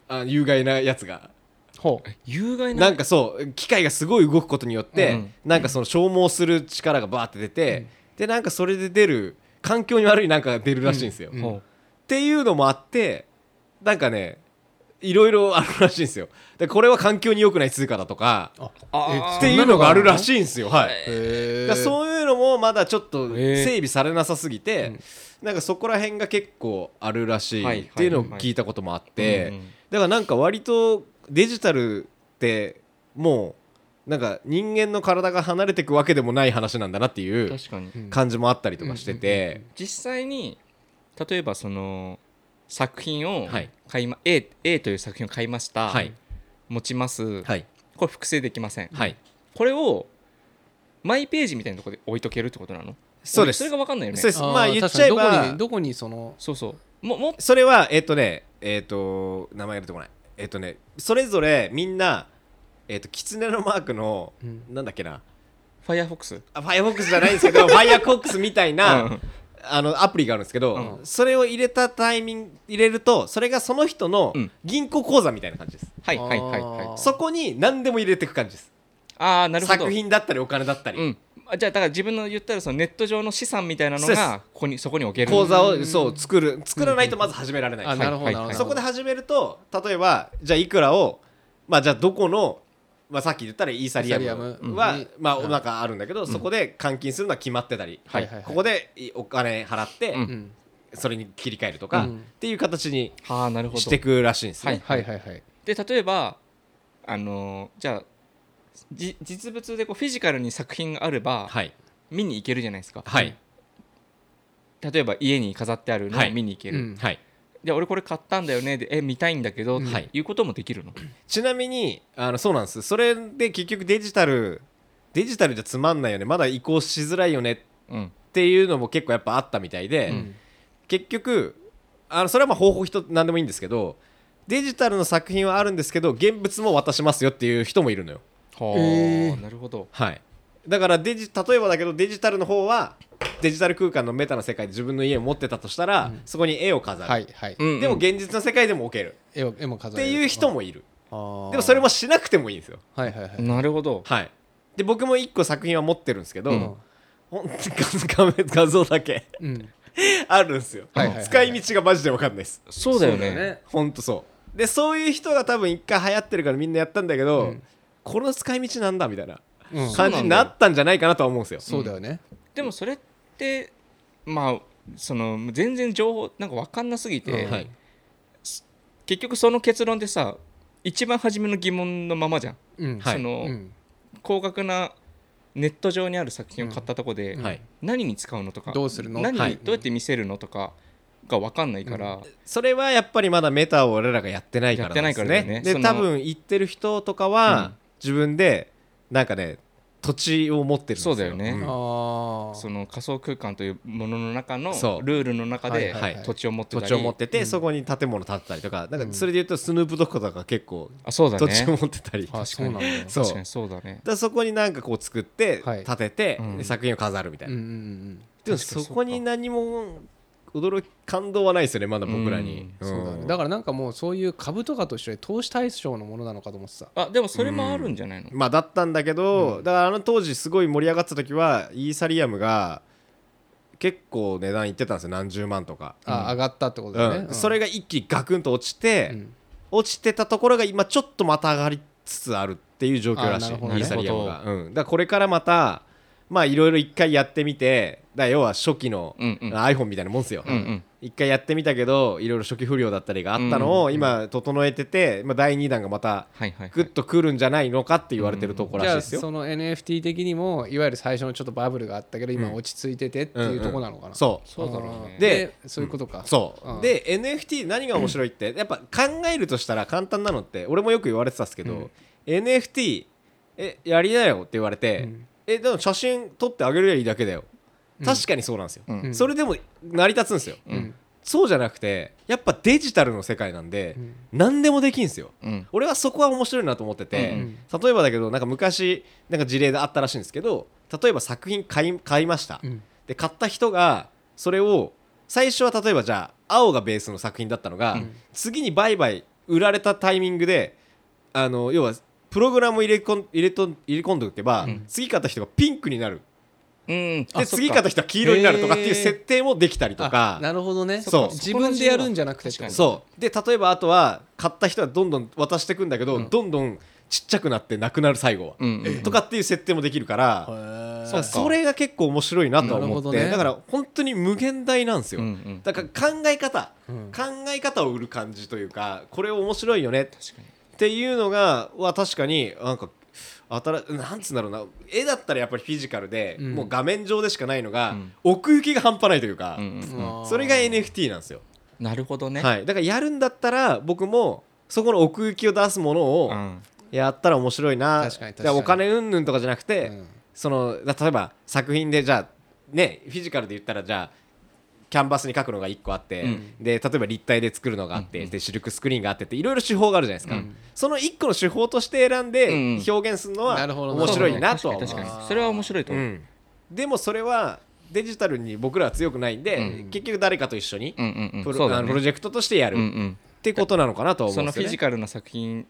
S2: あ有害なやつが
S3: ほう
S1: 有害な
S2: なんかそう機械がすごい動くことによって、
S1: うん
S2: なんかその消耗する力がバーって出て、でなんかそれで出る環境に悪いなんかが出るらしいんですよ、
S3: うん
S1: ほ
S2: っていうのもあってなんかねいろいろあるらしいんですよでこれは環境に良くない通貨だとか
S3: あ
S1: あー
S2: っていうのがあるらし
S3: い
S2: いんですよはい
S3: へ
S2: だ
S3: え
S2: からそういうのもまだちょっと
S1: へえ
S2: 整備されなさすぎて、なんかそこら辺が結構あるらし
S1: はいい
S2: っていうのを聞いたこともあっ
S1: う
S2: て、
S1: うんうん
S2: だからなんか割とデジタルってもうなんか人間の体が離れていくわけでもない話なんだなっていう
S1: 確かに
S3: うん
S2: 感じもあったりとかしてて、
S1: 実際に例えばその作品を
S2: はい
S1: 買い、ま A, A という作品を買いました、
S2: はい
S1: 持ちます、
S2: はい
S1: これ複製できません、
S2: はい
S1: これをマイページみたいなところで置いとけるってことなの
S2: そうです
S1: 俺それが分かんないよね
S2: そうです
S3: あー
S2: まあ言っちゃえば
S3: 確かにどこにどこにその
S1: そうそうももっ
S2: それはえっ、とねえっ、と名前が出てこないえっ、とねそれぞれみんなえっ、と狐のマークの、
S3: うん
S2: なんだっけな
S1: ファイアフォックス
S2: あファイアフォックスじゃないんです けどファイアフォックスみたいな、
S1: うん
S2: あのアプリがあるんですけど、
S1: うん
S2: それを入れたタイミング入れるとそれがその人の
S1: うん
S2: 銀行口座みたいな感じです、
S1: はいはいはいはい
S3: あー
S2: そこに何でも入れていく感じです
S1: ああなるほど
S2: 作品だったりお金だった
S1: う
S2: り、
S1: んあじゃあだから自分の言ったらそのネット上の資産みたいなの
S2: そうです
S1: がここにそこに置ける
S2: 口座
S1: を
S2: をそう作る作らないとまず始められない、
S3: あなるほど
S1: はい
S3: なるほど
S2: そこで始めると例えばじゃあいくらをまあじゃあどこの、まあ、さっき言ったらイーサリアム
S3: イーサリアム
S2: は
S3: に
S2: まあ
S3: うん
S2: なんかあるんだけど、そこで換金するのは決まってたり、
S3: はいはいはい
S2: ここでいお金払って、
S1: うん
S3: うん
S2: それに切り替えるとか、
S3: うん
S2: っていう形に
S1: はあなるほど
S2: していくらしいんですね、
S1: はい
S3: はいはいはい
S1: で例えばあのーじゃあじ実物でこうフィジカルに作品があれば、
S2: はい
S1: 見に行けるじゃないですか、
S2: はい
S1: 例えば家に飾ってあるの
S2: は
S1: を
S2: い
S1: 見に行ける、
S3: うん
S2: はい
S1: じゃあ俺これ買ったんだよねでえ見たいんだけど、
S3: はい
S1: い、いうこともできるの
S2: ちなみにあのそうなんですそれで結局デジタルデジタルじゃつまんないよねまだ移行しづらいよねっ
S1: うん
S2: ていうのも結構やっぱあったみたいで、
S3: うん
S2: 結局あのそれはまあ方法人何でもいいんですけどデジタルの作品はあるんですけど現物も渡しますよっていう人もいるのよ
S1: はあ、
S3: えー
S1: なるほど
S2: はいだからデジ例えばだけどデジタルの方はデジタル空間のメタの世界で自分の家を持ってたとしたら、そこに絵を飾る、
S3: はいはい
S1: うんうん
S2: でも現実の世界でも置ける
S3: 絵を絵も飾
S2: っ
S3: れる
S2: ていう人もいる
S3: あー
S2: でもそれもしなくてもいいんですよ
S3: はいはいはい
S1: なるほど
S2: はいで僕も1個作品は持ってるんですけど、
S3: うん
S2: ほんと画面画像だけ
S3: うん
S2: あるんですよ、
S3: はいはいはい
S2: 使い道がマジで分かんないです
S1: そうだよね
S2: ほんとそうでそういう人が多分一回流行ってるからみんなやったんだけど、この使い道なんだみたいな
S3: うん
S2: 感じになったんじゃないかなとは思うんですよ
S3: そうだよね
S1: でもそれってまあその全然情報なんか分かんなすぎて、
S3: うん
S2: はい
S1: 結局その結論でさ一番初めの疑問のままじゃん
S3: うん
S2: はい
S1: その、
S3: うん
S1: 高額なネット上にある作品を買ったとこで、
S3: うん
S2: はい
S1: 何に使うのとか
S3: どうするの
S1: 何に、
S2: はい
S1: どうやって見せるのとかが分かんないから、
S2: それはやっぱりまだメタを俺らがやってないからなんですね
S1: やってないからだよね
S2: で
S1: その
S2: 多分行ってる人とかは、
S1: うん
S2: 自分でなんかね土地を持ってるんですよ
S1: そうだよね
S2: ん
S3: ああ
S1: その仮想空間というものの中の
S2: そう
S1: ルールの中で
S3: はい
S2: はいはい
S1: 土地を持ってた
S2: 土
S1: り、
S2: 地を持ってて、
S3: うん
S2: そこに建物建てたりとかなんかそれで言うとスヌープドッグとか結構
S1: あそうだ
S2: 土地を
S1: ね
S2: 持ってたり、
S3: あ
S1: 確
S3: そ
S1: か
S3: う
S1: に
S3: なんだよ
S2: そう
S1: 確かにそうだね
S2: だからそこになんかこう作って
S3: はい
S2: 建てて、
S1: うん
S2: で作品を飾るみたい
S3: うん
S2: な、
S3: うんうん
S2: で
S1: 確
S2: も
S1: か
S2: そ
S1: に
S2: こに何も驚き感動はないですよねまだ僕らに、
S1: うん
S3: そうだねだからなんかもうそういう株とかと一緒で投資対象のものなのかと思ってた
S1: あでもそれもあるんじゃないの、
S2: まあだったんだけど、だからあの当時すごい盛り上がってた時はイーサリアムが結構値段いってたんですよ何十万とか、
S3: あ上がったってこと
S2: うん
S3: だよねうん
S2: それが一気にガクンと落ちて、
S3: うん
S2: 落ちてたところが今ちょっとまた上がりつつあるっていう状況らしい、
S3: あなるほど
S2: イ
S3: ね
S2: ーサリアムが、うん、だからこれからまたまあいろいろ一回やってみてだから要は初期の
S1: うんうん
S2: iPhone みたいなもんですよ、
S1: うんうん
S2: 一回やってみたけどいろいろ初期不良だったりがあったのを今整えてて、まあ、第2弾がまた
S1: はいはい、
S2: グッとくるんじゃないのかって言われてるところら
S3: じ
S2: しい
S3: ゃあ
S2: ですよ。
S3: その NFT 的にもいわゆる最初のちょっとバブルがあったけど今落ち着いててっていうとこなのかな、
S2: そう
S1: そうだろうね
S2: で
S3: でそういうことか、
S2: そう、
S3: うん
S2: で NFT 何が面白いっ てやっぱ考えるとしたら簡単なのって俺もよく言われてたんですけど、NFT えやりなよって言われて、
S3: うん
S2: えでも写真撮ってあげるやいいだけだよ確かにそうなんですよ、
S1: うん
S2: それでも成り立つんですよ、
S3: ん
S2: そうじゃなくてやっぱデジタルの世界なんで、何でもできんすよ
S1: うん
S2: 俺はそこは面白いなと思ってて、
S1: うん
S2: 例えばだけどなんか昔なんか事例であったらしいんですけど例えば作品買い買いました、
S3: うん
S2: で買った人がそれを最初は例えばじゃあ青がベースの作品だったのが、
S1: うん
S2: 次に売買売られたタイミングであの要はプログラムを入れこん入れと入れ込んでおけば、
S1: ん
S2: 次買った人がピンクになる
S1: うん
S2: で次買った人は黄色になるとかっていう設定もできたりと
S3: あ
S2: か
S3: なるほどね
S2: そう
S3: 自分でやるんじゃなくてってこと
S1: 確
S2: そうで例えばあとは買った人はどんどん渡していくんだけど、どんどんちっちゃくなってなくなる最後は、
S1: うんうんうん
S2: とかっていう設定もできるか
S3: へ
S2: ら、
S3: ー
S2: そうそれが結構面白いなとは思っ
S3: なるほど
S2: て、
S3: ね
S2: だから本当に無限大なんですよ、
S1: うんうん
S2: だから考え方、
S3: ん
S2: 考え方を売る感じというかこれ面白いよね
S1: 確かに
S2: っていうのがは確かになんか新なんつうんだろうな絵だったらやっぱりフィジカルで、
S3: うん
S2: もう画面上でしかないのが、
S1: うん
S2: 奥行きが半端ないというか、
S1: うんうんうん
S3: あー
S2: それが NFT なんですよ。
S1: なるほどね、
S2: はい、だからやるんだったら僕もそこの奥行きを出すもの
S1: う
S2: を
S1: ん、
S2: やったら面白いな、
S3: 確かに確かに
S2: だらお金うんぬんとかじゃなくて、
S3: うん
S2: そのだ例えば作品でじゃあねフィジカルで言ったらじゃあキャンバスに書くのが1個あって、
S1: うん
S2: で例えば立体で作るのがあって、
S1: うんうん
S2: でシルクスクリーンがあってっていろいろ手法があるじゃないですか、
S1: うん
S2: その1個の手法として選んで
S1: うん
S2: 表現するのは
S3: なるほどな
S2: 面白いなとは思う
S1: 確かに確か
S3: あー
S1: にそれは面白いと
S2: う
S1: 思う、
S2: んでもそれはデジタルに僕らは強くないんで、
S1: う
S2: 結局誰かと一緒に
S1: うん、うんうん
S2: プロ,、
S1: そうだ
S2: あのプロ
S1: ね
S2: ジェクトとしてやる、
S1: うんうん
S2: ってことなのかなとは思
S1: そうの
S2: ん
S1: フィ
S2: です
S1: ジ
S2: よ
S1: カルな作品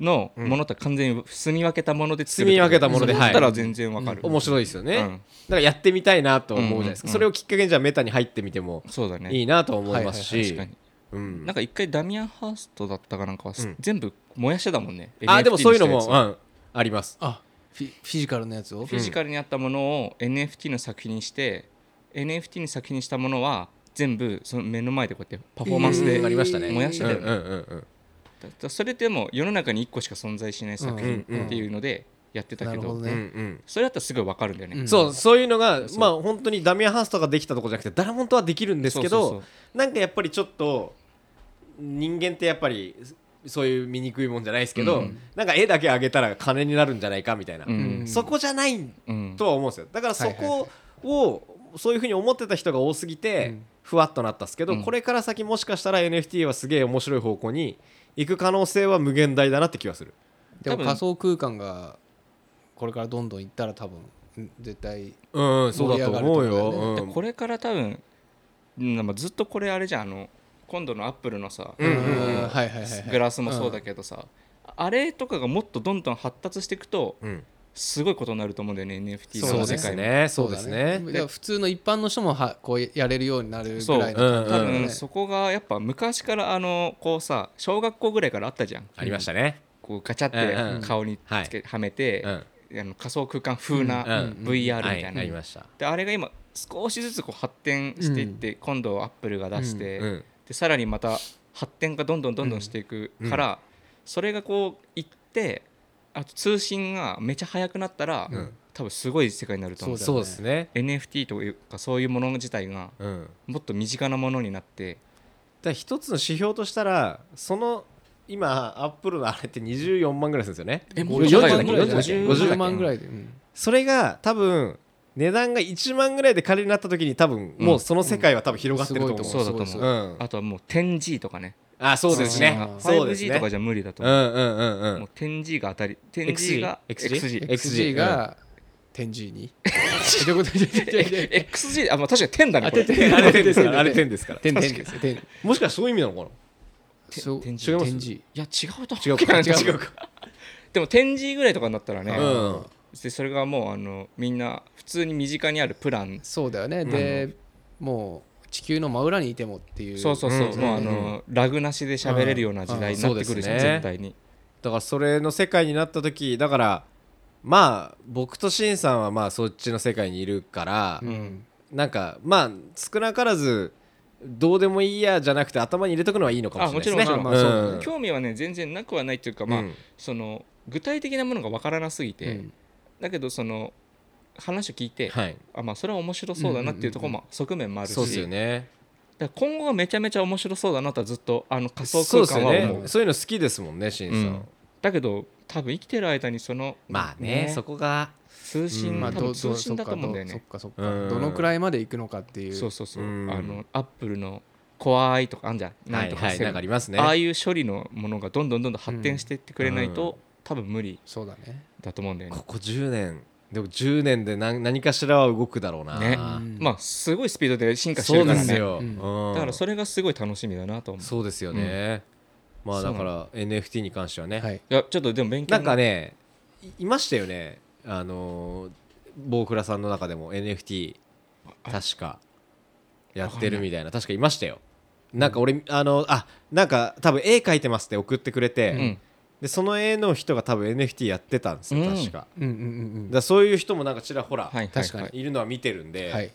S1: のものとは完全に住み分けたもので作る
S2: 住み分けたもので
S1: そうだった
S2: は
S1: ら
S2: い
S1: 全然わかる、
S2: ね面白いですよね、
S1: うん
S2: だからやってみたいなと思うじゃないですか、
S1: うんうんうん
S2: それをきっかけにじゃあメタに入ってみても
S1: そうだね
S2: いいなと思います
S1: 確
S2: し
S1: かに
S2: うん
S1: なんか一回ダミアン・ハーストだったかなんかは、
S2: うん
S1: 全部燃やしてたもんね
S2: あでも
S1: NFT
S2: そういうのも
S1: にした
S2: う
S1: やつを
S2: んあります
S3: あフィフィジカルのやつを
S1: フィジカルにあったものを NFT の作品にして、NFT に作品にしたものは全部その目の前でこうやってパフォーマンスで
S2: うんありましたね
S1: 燃やしてたよね
S2: うんうんうん
S1: だだそれでも世の中に1個しか存在しない作品
S2: うん
S1: っていうのでやってた
S3: な
S1: け
S3: る
S1: ど,、
S3: ほど
S2: うんう
S3: ね、
S2: ん
S1: それだったらすぐ分かるんだよね、
S3: うん
S2: そうそういうのが
S1: そう
S2: まあ本当にダミアンハーストができたとこじゃなくて誰も本当はできるんですけ
S1: そう
S2: ど
S1: そう
S2: なんかやっぱりちょっと人間ってやっぱりそういう醜いもんじゃないですけ
S1: う
S2: ど
S1: ん
S2: なんか絵だけあげたら金になるんじゃないかみたいな
S1: そううん
S2: そこじゃないん
S1: うん
S2: とは思うんですよだからそ
S3: はいは
S2: こをそういうふうに思ってた人が多すぎ
S3: う
S2: て
S3: ん
S2: ふわっとなったんですけど、
S1: うん
S2: これから先もしかしたら NFT はすげえ面白い方向に行く可能性は無限大だなって気がする
S3: で
S1: 多
S3: も
S1: 分
S3: 仮想空間がこれからどんどんいったら多分うん絶対
S2: うん、うん、そうだと思う
S3: 盛り上が
S2: よ
S3: ると
S1: で
S2: うん
S1: これから多分うんまあずっとこれあれじゃんあの今度のアップルのさ、
S2: うんうんうん
S3: はいはいはいはい
S1: グラスもそうだけどさ、あれとかがもっとどんどん発達していくと
S2: うん
S1: すごいことになると思うんだよね NFT
S2: そ
S1: の
S2: う
S1: 世
S2: です
S1: 界も
S2: ねそうですね
S3: だから普通の一般の人もはこうやれるようになるぐ
S1: そう
S3: らいの感じだ
S1: 多
S3: よね
S1: 分そこがやっぱ昔からあのこうさ小学校ぐらいからあったじゃん
S2: ありましたね、
S1: こうガチャ
S2: うんうん
S1: って顔につけ、
S2: はい
S1: はめて、
S2: うん
S1: あの仮想空間風
S2: う
S1: なん VR み
S2: は
S1: たい
S2: い
S1: な、
S2: ありました、
S1: であれが今少しずつこう発展していって、今度アップルが出して、
S2: うん、
S1: でさらにまた発展がどんどんどんどんしていくから、それがこういってあと通信がめちゃ速くなったら、
S2: うん
S1: 多分すごい世界になると思う
S3: だよね
S2: そうですね
S1: NFT というかそういうもの自体が
S2: うんだか
S1: もっと身近なものになって
S2: ら一つの指標としたらその今アップルのあれって24万ぐらいするんですよね
S1: え
S2: も
S1: も
S2: う
S1: う
S2: ち
S1: ち
S2: ょ
S1: ょ
S2: っ
S1: っ
S2: と
S1: と
S2: だ
S1: 高い
S2: け50
S1: よ
S2: だっけ
S1: 50
S2: 50だっけ
S3: 50万ぐらいで、うん
S2: それが多分値段が1万ぐらいで仮になった時に多分もうその世界は多分広がってると思う、
S3: うん
S1: そうだと思う
S3: す
S2: う
S3: ごい
S2: ん、
S1: あとはもう 10G とかね
S2: あそうですね
S3: うん。
S2: そうです
S1: 5G
S2: ね。
S1: とかじゃ無理だと
S2: う
S1: 思う、
S2: んうんうんう
S1: も
S2: ん
S1: う 10G が当たり 10G が
S2: XG
S1: XG
S2: XG
S3: XG が 10G にどういうこと10
S1: XG あまあ確かに10だねこれ
S2: あれ点ですから。あれ点ですから。
S3: ですよ10
S2: もしかしたらそういう意味なのか
S3: そう
S1: 10
S3: 10
S1: 違います
S3: 10G
S1: いや違うと
S2: な。違うか。
S1: 違う
S2: 違うか。
S1: でも 10G ぐらいとかになったらね、
S2: うん。
S1: でそれがもうあのみんな普通に身近にあるプラン
S3: そうだよねでもう地球の真裏にいてもっていう
S1: そうそうそう、
S2: うん
S1: もうあ
S2: うん
S1: の、ラグなしで喋れるような時代になってくるじゃん、
S2: うんうん
S1: 絶対に
S2: だからそれの世界になった時だからまあ僕としんさんはまあそっちの世界にいるから、
S3: うん
S2: なんかまあ少なからずどうでもいいやじゃなくて頭に入れとくのはいいのかもしれないですね。
S1: あも
S3: ちろんもちろん
S2: うん
S3: まあ
S1: 興味はね全然なくはないというか、まあ
S2: うん
S1: その具体的なものがわからなすぎて、
S3: うん
S1: だけどその話を聞いて、
S2: はい、
S1: あまあ、それは面白そうだなっていうところも、側面もあるし
S2: そうですよね。
S1: だから今後がめちゃめちゃ面白そうだなとはずっとあの仮想
S2: そう
S1: 空
S2: です
S1: 間
S2: よ
S1: は思う
S2: ね。そういうの好きですもんね、しんさん。
S1: うんだけど多分生きてる間にその
S2: まあねそこが、
S1: 通信、
S2: うん
S1: ま
S3: ま
S1: あ、
S3: あ
S1: 多分
S3: ど
S1: 通
S3: ど
S1: 信
S3: そっ
S1: だ
S3: か
S1: と思うんだよ
S3: どそっ
S1: ね
S3: かそっ
S2: うん
S3: かどのくらいまで行くのかっていう
S1: そうそうそう、
S2: うん
S1: あのアップルのコア i とかあんじゃんな
S2: は
S1: ん
S2: い
S1: と
S2: は
S1: か
S2: い、
S1: セブ
S2: な
S1: ン
S2: んかありますね。
S1: ああいう処理のものがどんどんどんどん発展していってくれないと、
S2: うん
S1: 多分無理
S3: そうだね
S1: だと思うんだよね
S2: ここ10年、でも10年で何何かしらは動くだろうな。
S1: ね
S3: うん
S1: まあすごいスピードで進化してる
S2: そう
S1: か
S2: で
S1: ら
S2: す
S1: ね
S2: よ。
S3: うん
S2: うん
S1: だからそれがすごい楽しみだなと思う
S2: そうですよね。まあ
S1: そ
S2: だ
S1: うな
S2: か
S1: の
S2: ら NFT に関してはね、
S3: はい
S1: いやちょっとでも勉強
S2: なん
S1: に
S2: かねいいましたよねあのーボークラさんの中でも NFT 確かやってるみたいな確かいましたよなんか俺あのあなんか多分絵描いてますって送ってくれて、
S1: うん
S2: でその絵の人が多分 NFT やってたんですよ
S1: うん
S2: 確か,、
S3: うんうんうん
S2: だそういう人もなんかちらほら、
S1: はいはい
S3: 確かに
S2: いるのは見てるん
S3: う
S2: で、
S3: んはい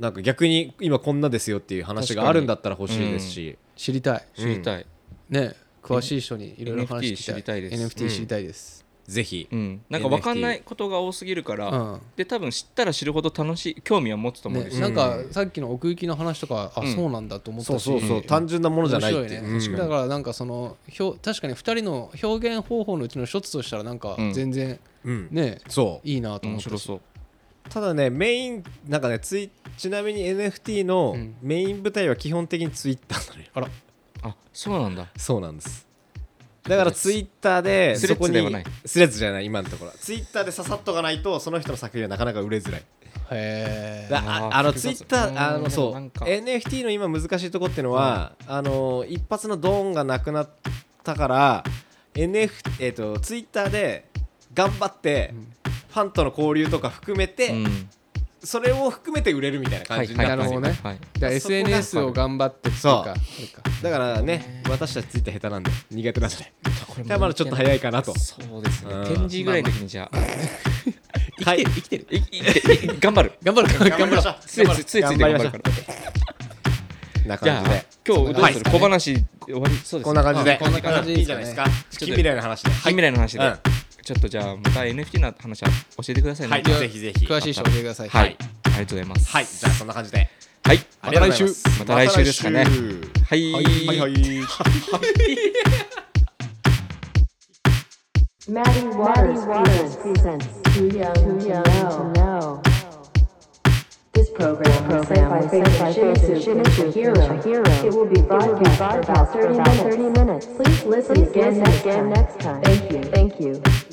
S2: なんか逆に今こんなですよっていう話があるんだったら欲しいですし、
S3: 知りたい
S1: 知りたい、
S3: ね詳しい人にいろいろ話聞きた
S1: NFT 知りたい
S3: い
S1: です
S3: NFT 知りたいです
S2: ぜひ、
S1: うんなんか分かんないことが多すぎるから、
S3: うん
S1: で多分知ったら知るほど楽しい興味は持つと思うん
S3: ね
S1: ですよ、
S3: なんかさっきの奥行きの話とかあ
S1: うん
S3: そうなんだと思っ
S2: そ
S3: た
S2: う
S3: し
S2: そうそう、
S3: ん
S2: 単純なものじゃないっていう、
S3: 面白い
S2: う
S3: ねだ
S2: ん
S3: からなんかその表確かに2人の表現方法のうちの一つとしたらなんか
S1: うん
S3: 全然
S2: うん
S3: ね、
S2: そう
S3: いいなと思
S1: 面
S3: って
S1: 白そう
S2: ただねメインなんかねツイちなみに NFT の
S3: うん
S2: メイン舞台は基本的にツイッターなのよ、
S1: あそうなんだ
S2: そうなんですだからツイッターで
S1: スレ
S2: そ
S1: ッ
S2: こ
S1: ズ
S2: に
S1: ではない
S2: スレッズじゃない今のところツイッターで刺さっとかないとその人の作品はなかなか売れづらい
S3: へえ
S2: だ
S1: あ
S2: あ
S1: ー
S2: あの
S1: 複
S2: ツイ
S1: 雑
S2: ッターあ
S1: う
S2: の
S1: ん
S2: そう
S1: なんか
S2: NFT の今難しいとこってのは、あの一発のドーンがなくなったから NF、えー、とツイッターで頑張って、ファンとの交流とか含めて、
S1: うん
S2: それを含めて売れるみたいな感じになったんですよ、
S3: なるほどね
S1: はい
S3: じゃあ
S2: そこが
S3: SNS を頑張ってっていうか
S2: だからね、私たちツイッター下手なんで苦手なんで、
S1: これ
S2: だからまだちょっと早いかなと。
S1: そうですね
S2: うん
S1: 展示ぐらいの時にじゃあ
S2: 生きてる、
S1: 生きてる生きてる頑張る
S3: 頑張るから頑張ろう
S2: 頑
S1: ついついついついて頑張るから
S2: な
S1: じ
S2: 感
S1: ゃあ
S2: じで。
S1: 今日どうする
S2: はい
S1: 小話終わりそうですね
S2: こんな感じで。
S3: あこんな感じで
S2: い
S3: い
S2: い
S3: い
S2: じ
S3: で
S2: ゃ
S3: す
S2: な
S3: か
S2: い
S3: ね
S2: ですか。近未来の話で。
S1: 近未来の話で、
S2: うん
S1: ちょっとじゃあまた NFT の話は教えてくださいね
S2: はい
S1: は
S3: で
S1: い、
S3: は
S2: ぜひぜひ
S3: 詳しい人教えてください
S1: ありがとうございます
S2: はい、じゃあそんな感じで。
S1: はい
S2: ありがとうございす
S1: また来週ですかね
S2: また来週
S1: はい
S2: はいはい。
S4: Maddie Waters, presents, Too Young, too young to, know. This program, was sent by Faith and Shimizu, Hero. It will be broadcast for about 30 minutes. Please listen again, next, time. Thank you. Thank you.